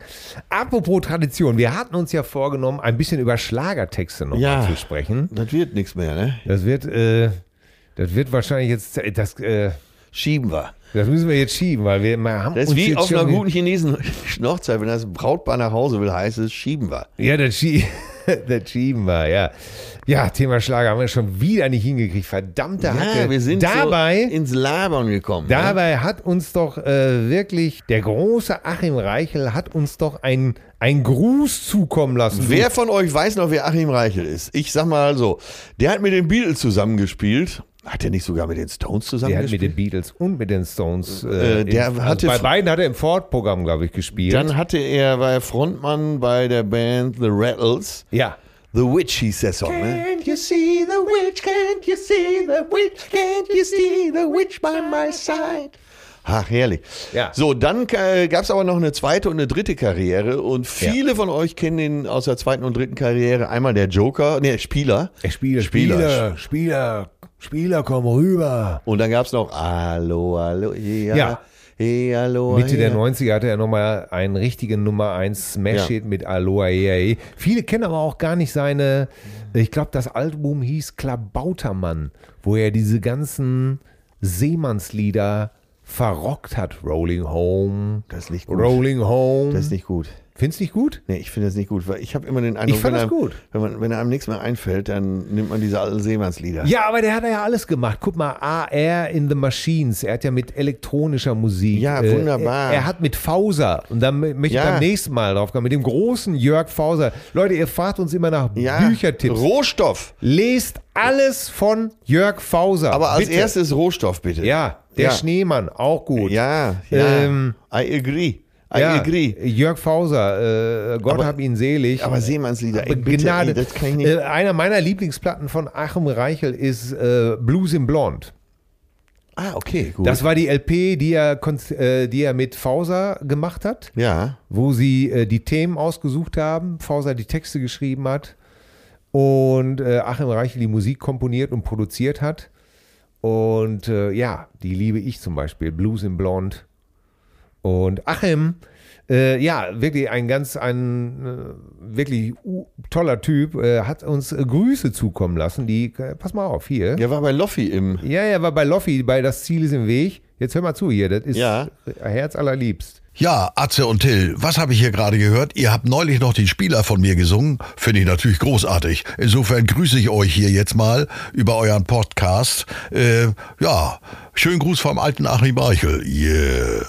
Apropos Tradition, wir hatten uns ja vorgenommen, ein bisschen über Schlagertexte nochmal
Ja.
zu sprechen.
Das wird nichts mehr, ne?
Das wird, äh, das wird wahrscheinlich jetzt, äh, das, äh,
Schieben wir.
das müssen wir jetzt schieben, weil wir wir haben
Das ist
uns
wie
jetzt
auf
schon
einer guten chinesischen Hochzeit. Wenn das Brautpaar nach Hause will, heißt es, schieben wir.
Ja, das, schie das schieben wir, ja. Ja, Thema Schlager haben wir schon wieder nicht hingekriegt. Verdammte Hacke.
Ja, wir sind
dabei.
so ins Labern gekommen. ne?
Dabei hat uns doch äh, wirklich der große Achim Reichel hat uns doch einen einen Gruß zukommen lassen.
Wer von euch weiß noch, wer Achim Reichel ist? Ich sag mal so, der hat mit den Beatles zusammengespielt. Hat er nicht sogar mit den Stones
der hat
zusammengespielt?
mit den Beatles und mit den Stones.
Äh, der
im, also
hatte
bei
fr-
beiden hat er im Ford-Programm, glaube ich, gespielt.
Dann hatte er, war er Frontmann bei der Band The Rattles.
ja.
The Witch hieß der Song, ne?
Can't you see the witch? Can't you see the witch? Can't you see the witch by my side?
Ach, herrlich.
Ja.
So, dann äh, gab es aber noch eine zweite und eine dritte Karriere und viele von euch kennen ihn aus der zweiten und dritten Karriere. Einmal der Joker, ne, Spieler.
Spieler, Spieler, Spieler, Spieler, komm rüber.
Und dann gab es noch Hallo, Hallo, ja,
Ja.
Hey, hallo,
Mitte der
ja.
90er hatte er nochmal einen richtigen Nummer 1 Smash-Hit mit Aloha Yay. Viele kennen aber auch gar nicht seine, ich glaube, das Album hieß Klabautermann, wo er diese ganzen Seemannslieder verrockt hat. Rolling Home,
Das ist nicht gut.
Rolling Home.
Das ist nicht gut.
Findest du nicht gut?
Nee, ich finde das nicht gut, weil ich habe immer den Eindruck,
Ich fand
wenn,
das
einem,
gut.
Wenn, man, wenn einem nichts mehr einfällt, dann nimmt man diese alten Seemannslieder.
Ja, aber der hat ja alles gemacht. Guck mal, AR in the Machines. Er hat ja mit elektronischer Musik.
Ja,
äh,
wunderbar.
Er, er hat mit Fauser. Und dann möchte ich
Ja.
beim nächsten Mal drauf kommen. Mit dem großen Jörg Fauser. Leute, ihr fragt uns immer nach
Ja,
Büchertipps.
Rohstoff.
Lest alles von Jörg Fauser.
Aber als
Bitte.
erstes Rohstoff, bitte.
Ja, der
Ja.
Schneemann, auch gut.
Ja, ja.
Ähm,
I agree. I
Ja,
agree.
Jörg Fauser, äh, Gott
Aber-
hab ihn selig.
Aber Seemannslieder, ey, bitte,
Gnade.
ey, das kann ich nicht.
Äh, einer meiner Lieblingsplatten von Achim Reichel ist äh, Blues in Blond.
ah, okay, gut.
Das war die LP, die er, konz- äh, die er mit Fauser gemacht hat,
ja,
wo sie äh, die Themen ausgesucht haben, Fauser die Texte geschrieben hat und äh, Achim Reichel die Musik komponiert und produziert hat. Und äh, ja, die liebe ich zum Beispiel, Blues in Blond. Und Achim, äh, ja, wirklich ein ganz, ein äh, wirklich u- toller Typ, äh, hat uns äh, Grüße zukommen lassen, die, äh, pass mal auf, hier.
der war bei Loffi im.
Ja, ja, war bei Loffi, bei Das Ziel ist im Weg. Jetzt hör mal zu hier, das ist
Ja.
Herz allerliebst.
Ja, Atze und Till, was habe ich hier gerade gehört? Ihr habt neulich noch den Spieler von mir gesungen. Finde ich natürlich großartig. Insofern grüße ich euch hier jetzt mal über euren Podcast. Äh, ja, schönen Gruß vom alten Achim Eichel. Yeah.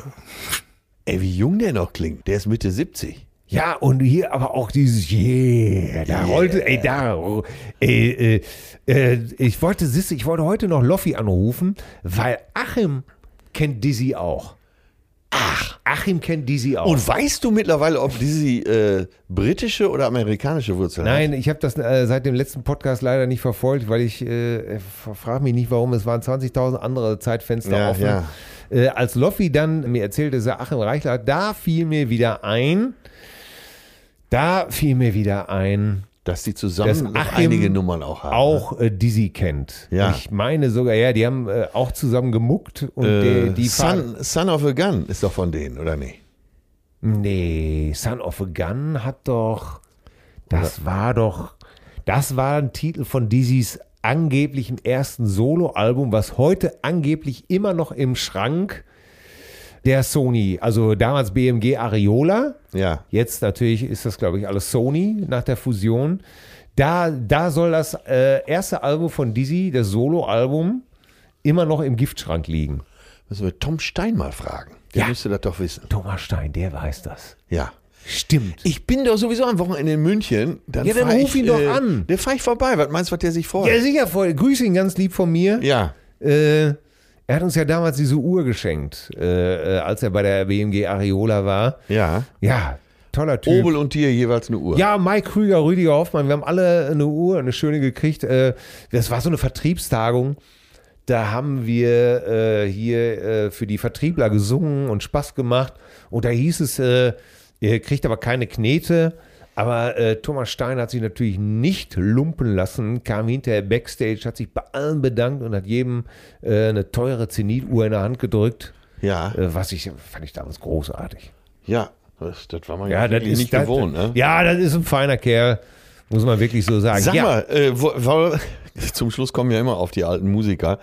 Ey, wie jung der noch klingt. Der ist Mitte 70.
Ja, und hier aber auch dieses Yeah, da rollte, ey, da, oh, ey, äh, äh, ich wollte, siehst du, ich wollte heute noch Loffi anrufen, weil Achim kennt Dizzy auch. Ach, Achim kennt Dizzy auch.
Und weißt du mittlerweile, ob diese äh, britische oder amerikanische Wurzel
Nein, ich habe das äh, seit dem letzten Podcast leider nicht verfolgt, weil ich äh, frage mich nicht, warum. Es waren 20.000 andere Zeitfenster
Ja,
offen.
ja.
Äh, als Loffi dann mir erzählte, dass er Achim Reichler, hat, da fiel mir wieder ein, da fiel mir wieder ein,
hat? Dass die
dass
zusammen noch
Achim
einige Nummern auch haben.
auch äh, Dizzy kennt.
Ja.
Ich meine sogar, ja, die haben äh, auch zusammen gemuckt und
Äh,
die, die Fahr-
Son, Son of a Gun ist doch von denen, oder nicht?
Nee, Son of a Gun hat doch. Das war doch. Das war ein Titel von Dizzy's angeblichem ersten Soloalbum, was heute angeblich immer noch im Schrank der Sony, also damals BMG Ariola,
Ja.
jetzt natürlich ist das, glaube ich, alles Sony nach der Fusion. Da, da soll das äh, erste Album von Dizzy, das Soloalbum, immer noch im Giftschrank liegen.
Müssen wir Tom Stein mal fragen. Der
Ja.
müsste das doch wissen.
Thomas Stein, der weiß das.
Ja.
Stimmt.
Ich bin doch sowieso am Wochenende in München.
Ja, dann
fahr
ruf ihn
ich,
doch
äh,
an.
Der fahre ich vorbei. Was meinst du, was der sich
Ja,
vorhat?
sicher, voll. Grüße ihn ganz lieb von mir.
Ja.
Äh, er hat uns ja damals diese Uhr geschenkt, äh, äh, als er bei der BMG Ariola war.
Ja.
Ja, toller Typ.
Obel und dir jeweils eine Uhr.
Ja, Mike Krüger, Rüdiger Hoffmann, wir haben alle eine Uhr, eine schöne gekriegt. Äh, Das war so eine Vertriebstagung. Da haben wir äh, hier äh, für die Vertriebler gesungen und Spaß gemacht. Und da hieß es, äh, ihr kriegt aber keine Knete. Aber äh, Thomas Stein hat sich natürlich nicht lumpen lassen, kam hinterher backstage, hat sich bei allen bedankt und hat jedem äh, eine teure Zenit-Uhr in der Hand gedrückt.
Ja.
Äh, was ich, fand ich damals großartig.
Ja. Das, das war man
Ja, das
wirklich
ist
nicht
das,
gewohnt. Ne?
Ja, das ist ein feiner Kerl, muss man wirklich so sagen.
Sag
ja.
mal, äh, wo, wo, zum Schluss kommen ja immer auf die alten Musiker.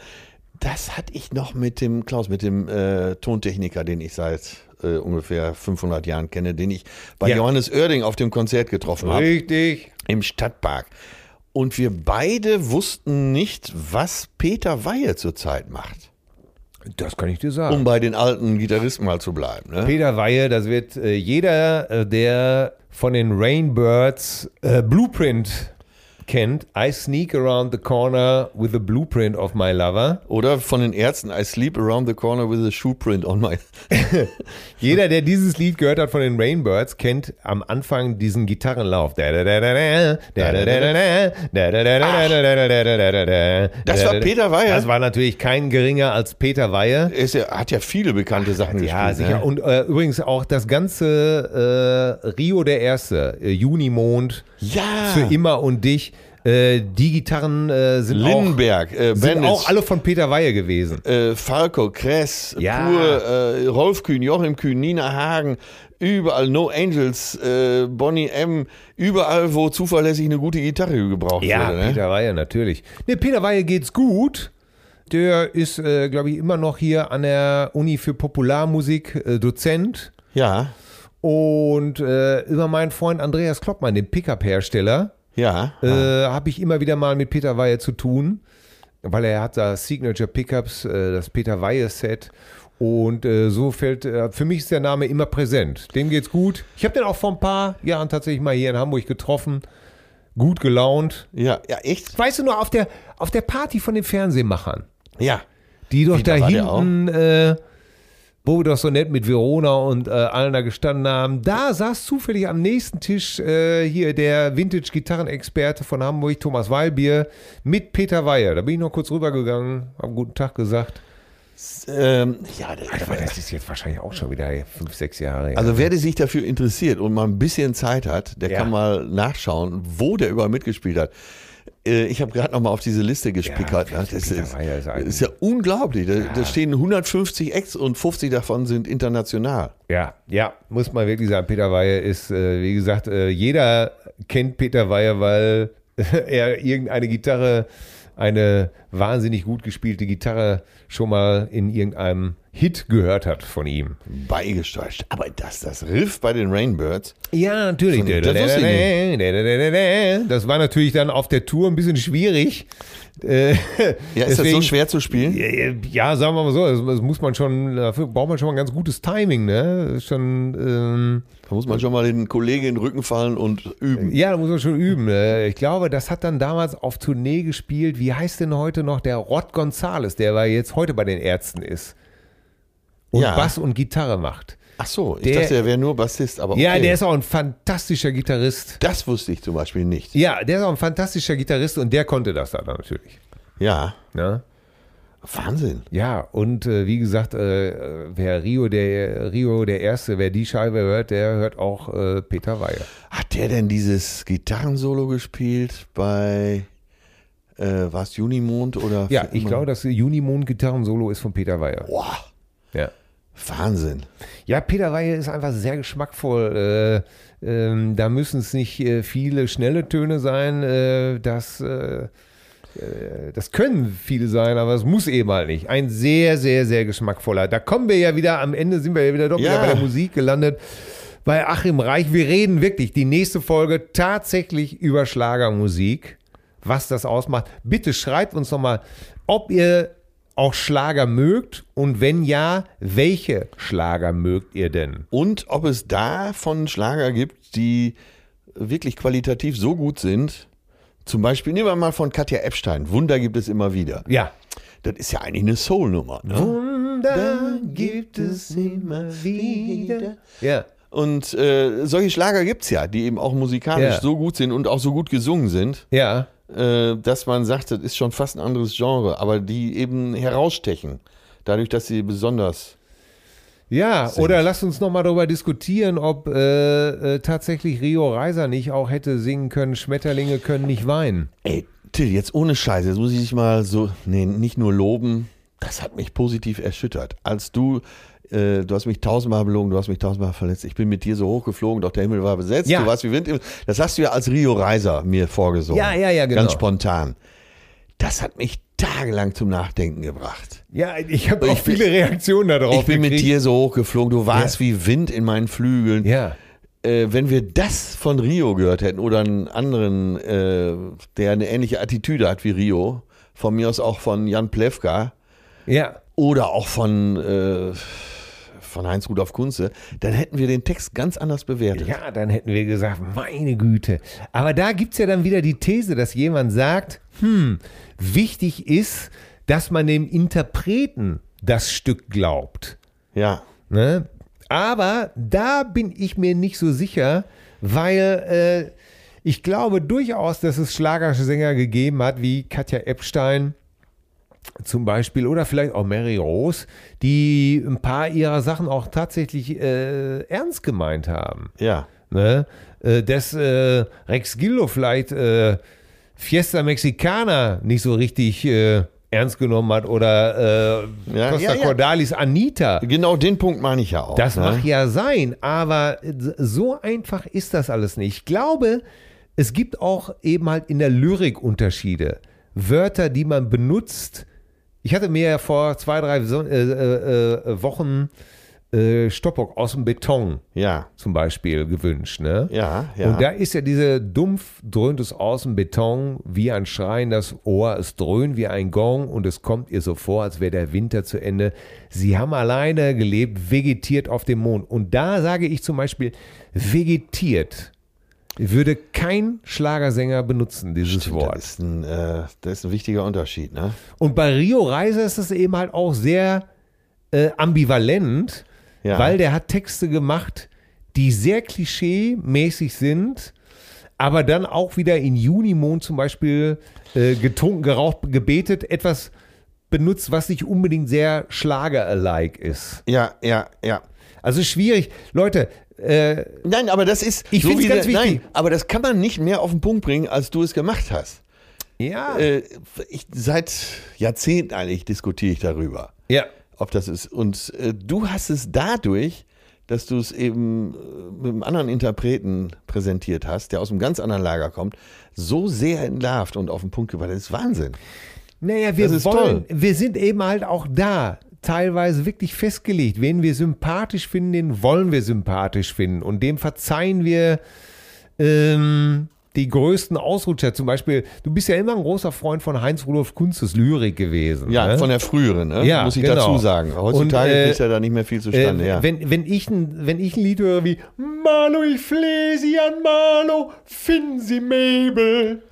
Das hatte ich noch mit dem Klaus, mit dem äh, Tontechniker, den ich seit äh, ungefähr 500 Jahren kenne, den ich bei
Ja.
Johannes Oerding auf dem Konzert getroffen habe.
Richtig.
im Stadtpark. Und wir beide wussten nicht, was Peter Weihe zurzeit macht.
Das kann ich dir sagen.
Um bei den alten Gitarristen mal zu bleiben. Ne?
Peter Weihe, das wird äh, jeder, äh, der von den Rainbirds äh, Blueprint kennt, I sneak around the corner with the blueprint of my lover.
Oder von den Ärzten, I sleep around the corner with a shoe print on my.
Jeder, der dieses Lied gehört hat von den Rainbirds, kennt am Anfang diesen Gitarrenlauf. Das
Das war Peter Weyer?
Das war natürlich kein geringer als Peter Weihe.
Er ist ja, hat ja viele bekannte Sachen gespielt.
Ja, sicher.
Ne?
Und äh, übrigens auch das ganze äh, Rio der Erste, äh, Junimond,
Ja.
für immer und dich. Äh, die Gitarren äh, sind,
Lindenberg, äh,
auch, sind
Bennett,
auch alle von Peter Weihe gewesen.
äh, Falco, Kress,
Ja.
Pur, äh, Rolf Kühn, Joachim Kühn, Nina Hagen, überall No Angels, äh, Bonnie M, überall, wo zuverlässig eine gute Gitarre gebraucht
Ja,
wurde. Ne?
Peter Weihe natürlich. Ne, Peter Weihe geht's gut. Der ist, äh, glaube ich, immer noch hier an der Uni für Popularmusik äh, Dozent.
Ja,
Und äh, über meinen Freund Andreas Kloppmann, den Pickup-Hersteller,
ja.
äh, habe ich immer wieder mal mit Peter Weihe zu tun, weil er hat da Signature Pickups, äh, das Peter Weihe-Set. Und äh, so fällt, äh, für mich ist der Name immer präsent. Dem geht's gut. Ich habe den auch vor ein paar Jahren tatsächlich mal hier in Hamburg getroffen. Gut gelaunt.
ja, ja, echt?
Weißt du nur, auf der, auf der Party von den Fernsehmachern,
Ja.
die doch da
war der
hinten, äh, wo wir doch so nett mit Verona und äh, allen da gestanden haben, da saß zufällig am nächsten Tisch äh, hier der Vintage-Gitarrenexperte von Hamburg, Thomas Weilbier, mit Peter Weyer. Da bin ich noch kurz rübergegangen, hab einen guten Tag gesagt.
Ähm, ja, der,
das ist jetzt wahrscheinlich auch schon wieder fünf, sechs Jahre her.
Also wer sich dafür interessiert und mal ein bisschen Zeit hat, der
Ja.
kann mal nachschauen, wo der überall mitgespielt hat. Äh, Ich habe gerade noch mal auf diese Liste gespickert.
Ja,
ne? das
Peter
ist,
Weyer ist ein-
ist ja unglaublich. Da, da stehen 150 Acts und 50 davon sind international.
Ja, ja, muss man wirklich sagen. Peter Weihe ist, äh, wie gesagt, äh, jeder kennt Peter Weihe, weil er irgendeine Gitarre, eine wahnsinnig gut gespielte Gitarre schon mal in irgendeinem Hit gehört hat von ihm.
Beigesteuert. Aber dass das Riff bei den Rainbirds,
Ja, natürlich.
Das wusste ich
Das war natürlich dann auf der Tour ein bisschen schwierig.
ja, ist
Deswegen-
das so schwer zu spielen?
Äh, Ja, sagen wir mal so, das, das muss man schon, dafür braucht man schon mal ein ganz gutes Timing, ne? Das ist Schon, ähm,
Da muss man schon mal den Kollegen in den Rücken fallen und üben.
Ja, da muss man schon üben. ne? Ich glaube, das hat dann damals auf Tournee gespielt. Wie heißt denn heute noch der Rod Gonzales, der bei jetzt heute bei den Ärzten ist und
Ja.
Bass und Gitarre macht?
Ach so, ich
Der-
dachte, er wäre nur Bassist, aber Oh, okay.
Ja, der ist auch ein fantastischer Gitarrist.
das wusste ich zum Beispiel nicht.
Ja, der ist auch ein fantastischer Gitarrist und der konnte das dann natürlich.
Ja,
Ne?
Wahnsinn.
Ja, und äh, wie gesagt, äh, wer Rio der Rio der Erste, wer die Scheibe hört, der hört auch äh, Peter Weyer.
Hat der denn dieses Gitarrensolo gespielt bei, äh, war es Junimond oder?
Ja, ich glaube, das Junimond Gitarrensolo ist von Peter Weyer.
Boah,
Ja.
Wahnsinn.
Ja, Peter Weihe ist einfach sehr geschmackvoll. Äh, ähm, da müssen es nicht äh, viele schnelle Töne sein. Äh, das, äh, äh, das können viele sein, aber es muss eben halt nicht. Ein sehr, sehr, sehr geschmackvoller. Da kommen wir ja wieder, am Ende sind wir ja wieder doch wieder
Ja.
bei der Musik gelandet. Bei Achim Reich, wir reden wirklich die nächste Folge tatsächlich über Schlagermusik, was das ausmacht. Bitte schreibt uns nochmal, ob ihr auch Schlager mögt und wenn ja, welche Schlager mögt ihr denn?
Und ob es davon Schlager gibt, die wirklich qualitativ so gut sind, zum Beispiel, nehmen wir mal von Katja Epstein, Wunder gibt es immer wieder.
Ja.
Das ist ja eigentlich eine Soul-Nummer. Ne?
Da gibt es immer wieder. Ja.
Und äh, solche Schlager gibt es ja, die eben auch musikalisch
Ja.
so gut sind und auch so gut gesungen sind.
Ja.
äh, dass man sagt, das ist schon fast ein anderes Genre, aber die eben herausstechen, dadurch, dass sie besonders.
Ja, oder lasst uns nochmal darüber diskutieren, ob äh, äh, tatsächlich Rio Reiser nicht auch hätte singen können, Schmetterlinge können nicht weinen.
Ey, Till, jetzt ohne Scheiße, jetzt muss ich dich mal so, nee, nicht nur loben, das hat mich positiv erschüttert. Als du, äh, du hast mich tausendmal belogen, du hast mich tausendmal verletzt, ich bin mit dir so hochgeflogen, doch der Himmel war besetzt,
Ja.
du warst wie Wind im, das hast du ja als Rio Reiser mir vorgesungen.
Ja, ja, ja, genau.
Ganz spontan. Das hat mich tagelang zum Nachdenken gebracht.
Ja, ich habe auch
Ich bin-
viele Reaktionen darauf
Ich bin mit
gekriegt.
dir so hochgeflogen, du warst wie Wind in meinen Flügeln.
Ja.
äh, wenn wir das von Rio gehört hätten oder einen anderen, äh, der eine ähnliche Attitüde hat wie Rio, von mir aus auch von Jan Plewka
Ja.
oder auch von, äh, von Heinz Rudolf Kunze, dann hätten wir den Text ganz anders bewertet.
Ja, dann hätten wir gesagt, meine Güte. Aber da gibt es ja dann wieder die These, dass jemand sagt, hm, wichtig ist, dass man dem Interpreten das Stück glaubt.
Ja.
Ne? Aber da bin ich mir nicht so sicher, weil äh, ich glaube durchaus, dass es Schlagersänger gegeben hat, wie Katja Epstein zum Beispiel oder vielleicht auch Mary Rose, die ein paar ihrer Sachen auch tatsächlich äh, ernst gemeint haben.
ja.
Ne? Äh, dass äh, Rex Gildo vielleicht äh, Fiesta Mexicana nicht so richtig äh, ernst genommen hat oder äh,
Ja,
Costa
ja, ja.
Cordalis Anita.
Genau den Punkt meine ich ja auch.
Das
ne?
mag ja sein, aber so einfach ist das alles nicht. Ich glaube, es gibt auch eben halt in der Lyrik Unterschiede. Wörter, die man benutzt. Ich hatte mir ja vor zwei, drei Son- äh, äh, äh, Wochen äh, Stoppock aus dem Beton
Ja.
zum Beispiel gewünscht. Ne?
Ja, ja.
Und da ist ja diese dumpf dröhnt es aus dem Beton wie ein Schrein das Ohr, es dröhnt wie ein Gong und es kommt ihr so vor, als wäre der Winter zu Ende. Sie haben alleine gelebt, vegetiert auf dem Mond. Und da sage ich zum Beispiel, vegetiert würde kein Schlagersänger benutzen, dieses Wort.
Das ist ein, äh, das ist ein wichtiger Unterschied, ne?
Und bei Rio Reiser ist es eben halt auch sehr äh, ambivalent,
Ja.
weil der hat Texte gemacht, die sehr klischee-mäßig sind, aber dann auch wieder in Junimond zum Beispiel äh, getrunken, geraucht, gebetet, etwas benutzt, was nicht unbedingt sehr schlager-alike ist.
Ja, ja, ja.
Also schwierig. Leute, äh,
Nein, aber das ist.
Ich find's
wie
ganz
der-
wichtig.
Nein, aber das kann man nicht mehr auf den Punkt bringen, als du es gemacht hast.
ja.
Äh, ich, seit Jahrzehnten eigentlich diskutiere ich darüber,
ja.
ob das ist. Und äh, du hast es dadurch, dass du es eben äh, mit einem anderen Interpreten präsentiert hast, der aus einem ganz anderen Lager kommt, so sehr entlarvt und auf den Punkt gebracht. Das ist Wahnsinn.
Naja, wir
Das ist
wollen,
toll.
wir sind eben halt auch da teilweise wirklich festgelegt. Wen wir sympathisch finden, den wollen wir sympathisch finden. Und dem verzeihen wir ähm, die größten Ausrutscher. Zum Beispiel, du bist ja immer ein großer Freund von Heinz-Rudolf Kunzes Lyrik gewesen.
Ja,
ne?
von der früheren, ne?
Ja,
muss ich
genau.
dazu sagen. Heutzutage
Und, äh,
kriegt er da nicht mehr viel
äh,
zustande. ja.
wenn, wenn, ich ein, wenn ich ein Lied höre wie Malo, ich flehe Sie an Malo, finden Sie Mabel.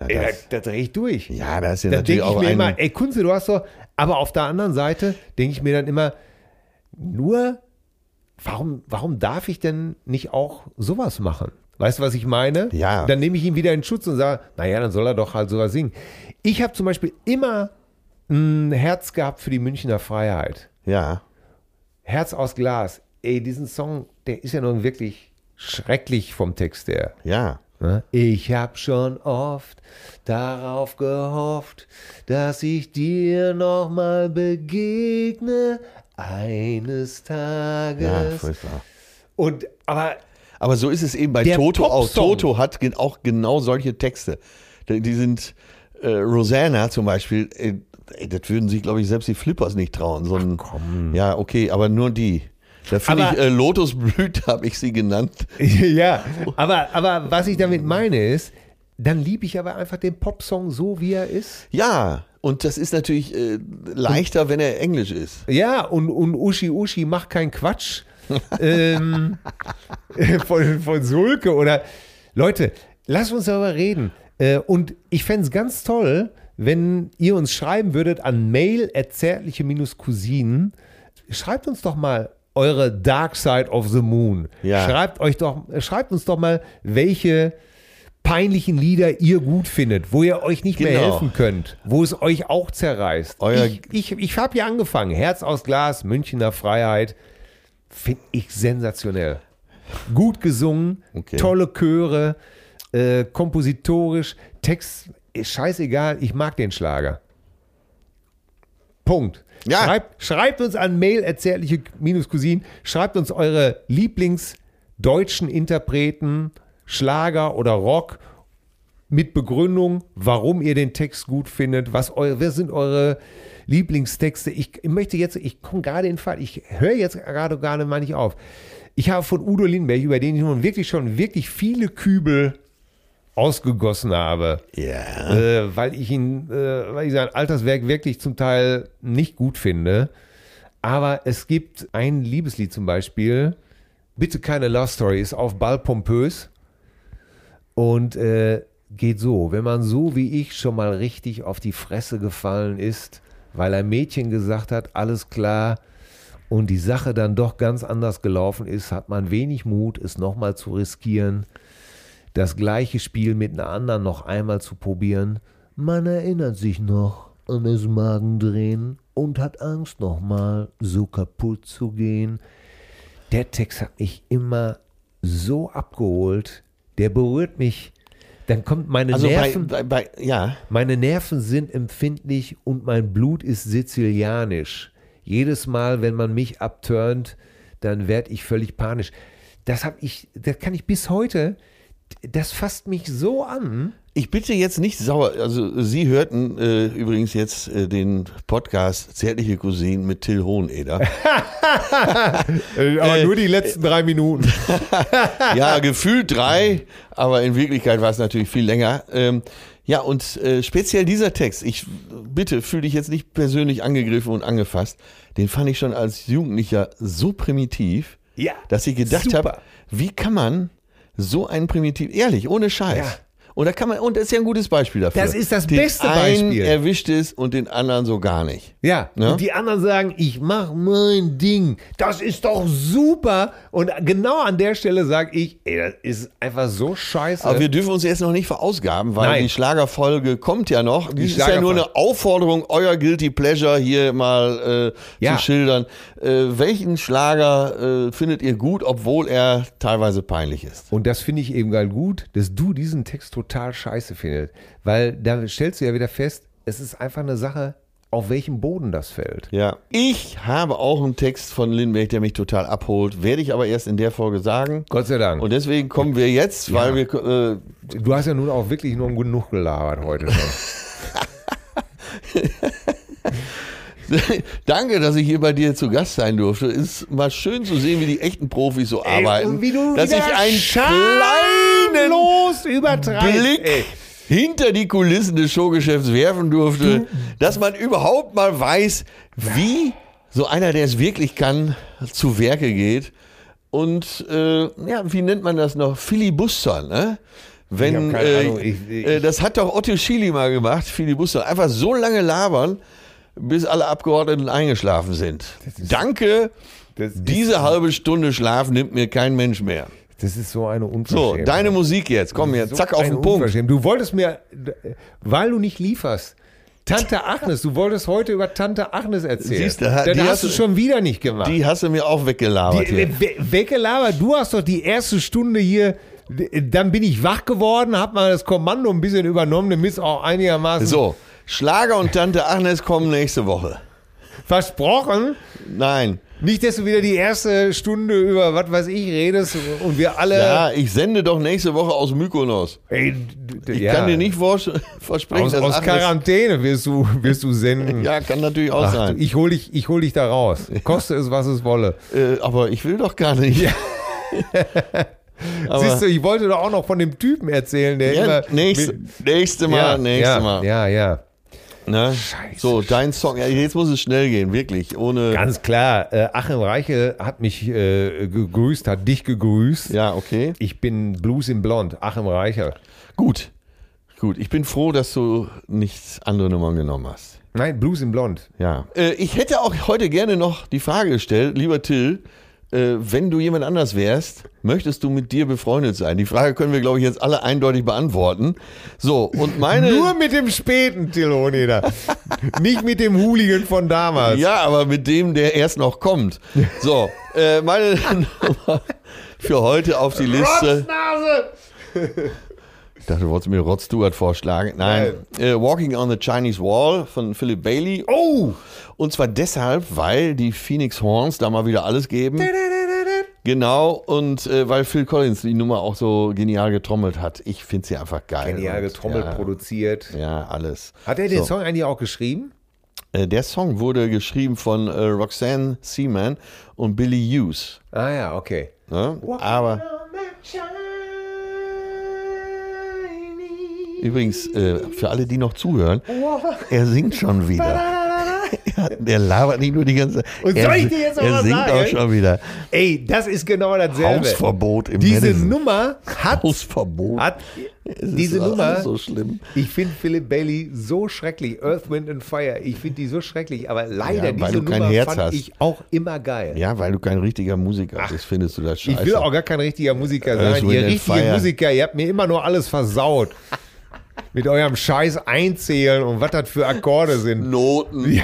ja,
Ja,
das,
da drehe ich durch.
ja, da ist ja
Da
natürlich
denke ich
auch
mir
ein.
immer, ey Kunze, du hast doch, aber auf der anderen Seite denke ich mir dann immer, nur, warum, warum darf ich denn nicht auch sowas machen? Weißt du, was ich meine?
Ja.
Dann nehme ich ihn wieder in Schutz und sage, naja, dann soll er doch halt sowas singen. Ich habe zum Beispiel immer ein Herz gehabt für die Münchner Freiheit.
ja.
Herz aus Glas. Ey, diesen Song, der ist ja nun wirklich schrecklich vom Text her.
Ja.
Ne? Ich hab schon oft darauf gehofft, dass ich dir nochmal begegne eines
Ja,
Tages.
furchtbar.
und aber
Aber so ist es eben bei
Der
Toto auch.
Popsong.
Toto hat gen- auch genau solche Texte. Die die sind äh, Rosanna zum Beispiel. Äh, ey, das würden sich, glaube ich, selbst die Flippers nicht trauen. So ein, Ja, okay, aber nur die. Da finde
Aber-
ich äh, Lotusblüte habe ich sie genannt.
ja, aber, aber was ich damit meine ist, dann liebe ich aber einfach den Popsong so, wie er ist.
Ja, und das ist natürlich äh, leichter, wenn er Englisch ist.
Ja, und, und Uschi Uschi macht keinen Quatsch ähm, von, von Sulke oder Leute, lasst uns darüber reden. Äh, und ich fände es ganz toll, wenn ihr uns schreiben würdet an mail zärtliche cousinen Schreibt uns doch mal eure Dark Side of the Moon.
Ja.
Schreibt, euch doch, schreibt uns doch mal, welche peinlichen Lieder ihr gut findet, wo ihr euch nicht mehr
Genau.
helfen könnt, wo es euch auch zerreißt.
Euer-
ich ich, ich habe hier angefangen. Herz aus Glas, Münchner Freiheit. Finde ich sensationell. Gut gesungen,
Okay.
tolle Chöre, äh, kompositorisch, Text, ist scheißegal, ich mag den Schlager. Punkt.
Ja.
Schreibt, schreibt uns an Mail erzärtliche Cousinen, schreibt uns eure Lieblingsdeutschen Interpreten, Schlager oder Rock mit Begründung, warum ihr den Text gut findet, was eure, wer sind eure Lieblingstexte. Ich möchte jetzt, ich komme gerade in Fall, ich höre jetzt gerade gerade mal nicht auf. Ich habe von Udo Lindenberg, über den ich nun wirklich schon wirklich viele Kübel ausgegossen habe,
Ja.
äh, weil ich ihn, äh, weil ich sein Alterswerk wirklich zum Teil nicht gut finde. Aber es gibt ein Liebeslied zum Beispiel, Bitte keine Love Story, ist auf Ball pompös und äh, geht so, wenn man so wie ich schon mal richtig auf die Fresse gefallen ist, weil ein Mädchen gesagt hat, alles klar, und die Sache dann doch ganz anders gelaufen ist, hat man wenig Mut, es nochmal zu riskieren, das gleiche Spiel mit einer anderen noch einmal zu probieren. Man erinnert sich noch an das Magendrehen und hat Angst nochmal so kaputt zu gehen. Der Text hat mich immer so abgeholt, der berührt mich. Dann kommt meine
Also bei,
Nerven.
bei, bei, ja,
Meine Nerven sind empfindlich und mein Blut ist sizilianisch. Jedes Mal, wenn man mich abturnt, dann werd ich völlig panisch. Das habe ich, das kann ich bis heute. Das fasst mich so an.
Ich bitte jetzt nicht sauer, also Sie hörten äh, übrigens jetzt äh, den Podcast Zärtliche Cousinen mit Till Hoheneder.
Äh, Aber nur die letzten drei Minuten.
ja, gefühlt drei, aber in Wirklichkeit war es natürlich viel länger. Ähm, ja, und äh, speziell dieser Text, ich bitte, fühle dich jetzt nicht persönlich angegriffen und angefasst, den fand ich schon als Jugendlicher so primitiv,
Ja,
dass ich gedacht
super.
habe, wie kann man so einen primitiv, ehrlich, ohne Scheiß.
Ja.
Und da kann man, und das ist ja ein gutes Beispiel dafür.
Das ist das
den
beste
Einen
Beispiel.
erwischt es und den anderen so gar nicht.
Ja,
Ja.
und die anderen sagen, ich mache mein Ding. Das ist doch super. Und genau an der Stelle sage ich, ey, das ist einfach so scheiße.
Aber wir dürfen uns jetzt noch nicht verausgaben, weil
Äh, Nein.
die Schlagerfolge kommt ja noch. Die
Die
ist ja nur
Schlagerfolge.
eine Aufforderung, euer Guilty Pleasure hier mal äh,
Ja.
zu schildern. Äh, welchen Schlager äh, findet ihr gut, obwohl er teilweise peinlich ist?
Und das finde ich eben geil gut, dass du diesen Text total scheiße findest. Weil da stellst du ja wieder fest, es ist einfach eine Sache, auf welchem Boden das fällt.
Ja. Ich habe auch einen Text von Lindbergh, der mich total abholt. Werde ich aber erst in der Folge sagen.
Gott sei Dank.
Und deswegen kommen wir jetzt, weil wir äh,
du hast ja nun auch wirklich nur genug gelabert heute schon.
Danke, dass ich hier bei dir zu Gast sein durfte. Ist mal schön zu sehen, wie die echten Profis so arbeiten.
und wie du
dass ich
wieder
einen kleinen
Los, übertreibst.
Blick
ey.
hinter die Kulissen des Showgeschäfts werfen durfte, dass man überhaupt mal weiß, wie so einer, der es wirklich kann, zu Werke geht. Und äh, ja, wie nennt man das noch? Filibuster, ne? Wenn,
Ich hab keine
äh,
Ahnung, ich- ich-
äh, das hat doch Otto Schily mal gemacht, Filibuster. Einfach so lange labern, bis alle Abgeordneten eingeschlafen sind. Danke,
Das ist-
diese halbe Stunde Schlaf nimmt mir kein Mensch mehr.
Das ist so eine
So,
Unverschämtheit.
deine Musik jetzt. Komm jetzt,
So
zack, auf
eine
den Pununkt.
Unverschämtheit. Du wolltest mir, weil du nicht lieferst, Tante Agnes, du wolltest heute über Tante Agnes erzählen.
Siehst du, ha-
das
die
hast,
hast
du
du-
schon wieder nicht gemacht.
Die hast du mir auch weggelabert
Die,
hier.
we- weggelabert, du hast doch die erste Stunde hier, dann bin ich wach geworden, hab mal das Kommando ein bisschen übernommen, damit es auch einigermaßen
So, Schlager und Tante Agnes kommen nächste Woche.
versprochen.
Nein.
Nicht, dass du wieder die erste Stunde über was weiß ich redest und wir alle.
Ja, ich sende doch nächste Woche aus Mykonos.
Ey, d- d-
Ich
ja.
kann dir nicht vors- versprechen,
Aus,
dass
aus Quarantäne wirst du, wirst du senden.
Ja, kann natürlich auch
Ach, du,
sein.
ich hol dich, ich hol dich da raus. Koste es, was es wolle.
äh, aber ich will doch gar nicht. aber,
Siehst du, ich wollte doch auch noch von dem Typen erzählen, der
ja,
immer.
nächste, nächste Mal,
ja,
nächste
ja,
Mal.
Ja, ja.
Ne? So, dein Song. Ja, jetzt muss es schnell gehen, wirklich. Ohne.
Ganz klar, äh, Achim Reichel hat mich äh, gegrüßt, hat dich gegrüßt.
ja, okay.
Ich bin Blues in Blond, Achim Reichel.
Gut. Gut. Ich bin froh, dass du nichts andere Nummern genommen hast.
Nein, Blues in Blond.
Ja. Äh, ich hätte auch heute gerne noch die Frage gestellt, lieber Till, äh, wenn du jemand anders wärst, möchtest du mit dir befreundet sein? Die Frage können wir, glaube ich, jetzt alle eindeutig beantworten. So, und meine.
Nur mit dem späten Tilloneder. Nicht mit dem Hooligan von damals.
ja, aber mit dem, der erst noch kommt. So, äh, meine Nummer für heute auf die Liste.
Nase!
Ich dachte, du wolltest mir Rod Stewart vorschlagen. Nein. Äh, Walking on the Chinese Wall von Philip Bailey.
Oh!
Und zwar deshalb, weil die Phoenix Horns da mal wieder alles geben. Genau, und äh, weil Phil Collins die Nummer auch so genial getrommelt hat. Ich finde sie einfach geil.
Genial
Und,
getrommelt,
ja,
produziert.
Ja, alles.
Hat er den
So.
Song eigentlich auch geschrieben?
Äh, der Song wurde geschrieben von äh, Roxanne Seaman und Billy Hughes.
Ah ja, okay.
Ne? Aber übrigens, äh, für alle, die noch zuhören, er singt schon wieder. Der labert nicht nur die ganze Zeit.
Und
er,
soll ich dir jetzt noch
er
was
singt
sagen?
auch schon wieder.
Ey, das ist genau dasselbe.
Hausverbot im
Diese
Madison.
Nummer hat,
Hausverbot.
hat
Es ist
diese
alles
Nummer.
so schlimm.
Ich finde Philip Bailey so schrecklich. Earth, Wind and Fire. Ich finde die so schrecklich. Aber leider
Ja, weil
diese
du kein
Nummer
Herz
fand
hast.
ich auch immer geil.
Ja, weil du kein richtiger Musiker bist, findest du das scheiße.
Ich will auch gar kein richtiger Musiker
Earth,
sein.
Wind
Ihr
and
richtigen
Fire.
Musiker, ihr habt mir immer nur alles versaut. Mit eurem Scheiß einzählen und was das für Akkorde sind.
Noten.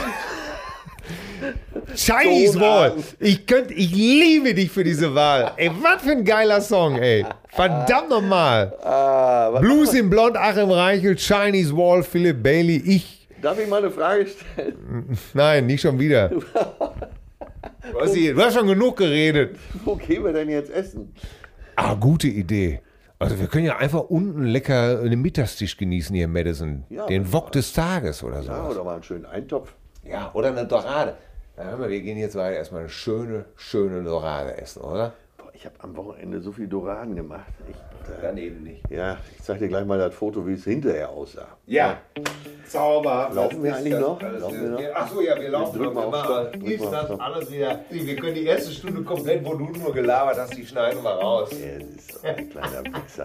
Chinese Wall.
Tonarten.
Ich könnte, ich liebe dich für diese Wahl. Ey, was für ein geiler Song, ey. Verdammt nochmal.
Ah,
Blues in Blond, Achim Reichel, Chinese Wall, Philip Bailey, ich.
Darf ich mal eine Frage stellen?
Nein, nicht schon wieder. Was hier? Du hast schon genug geredet.
Wo gehen wir denn jetzt essen?
Ah, gute Idee. Also wir können ja einfach unten lecker einen Mittagstisch genießen hier in Madison.
Ja,
Den Wok des Tages oder so.
oder mal einen schönen Eintopf.
Ja, oder eine Dorade. Na, hör mal, wir gehen jetzt mal erstmal eine schöne, schöne Dorade essen, oder?
Boah, ich habe am Wochenende so viel Doraden gemacht. Ich, äh,
eben nicht.
ja, ich zeig dir gleich mal das Foto, wie es hinterher aussah.
Ja, zauber.
Laufen wir
Das ist
eigentlich
das
noch?
alles.
Laufen wir noch?
Ach so, ja, wir laufen
Drück
noch.
mal
Wir
auf Stopp.
machen
Drück
Ist
mal auf
das
Stopp.
alles wieder. Wir können die erste Stunde komplett, wo du nur gelabert hast, die schneiden wir raus.
Er ist doch ein kleiner Wichser.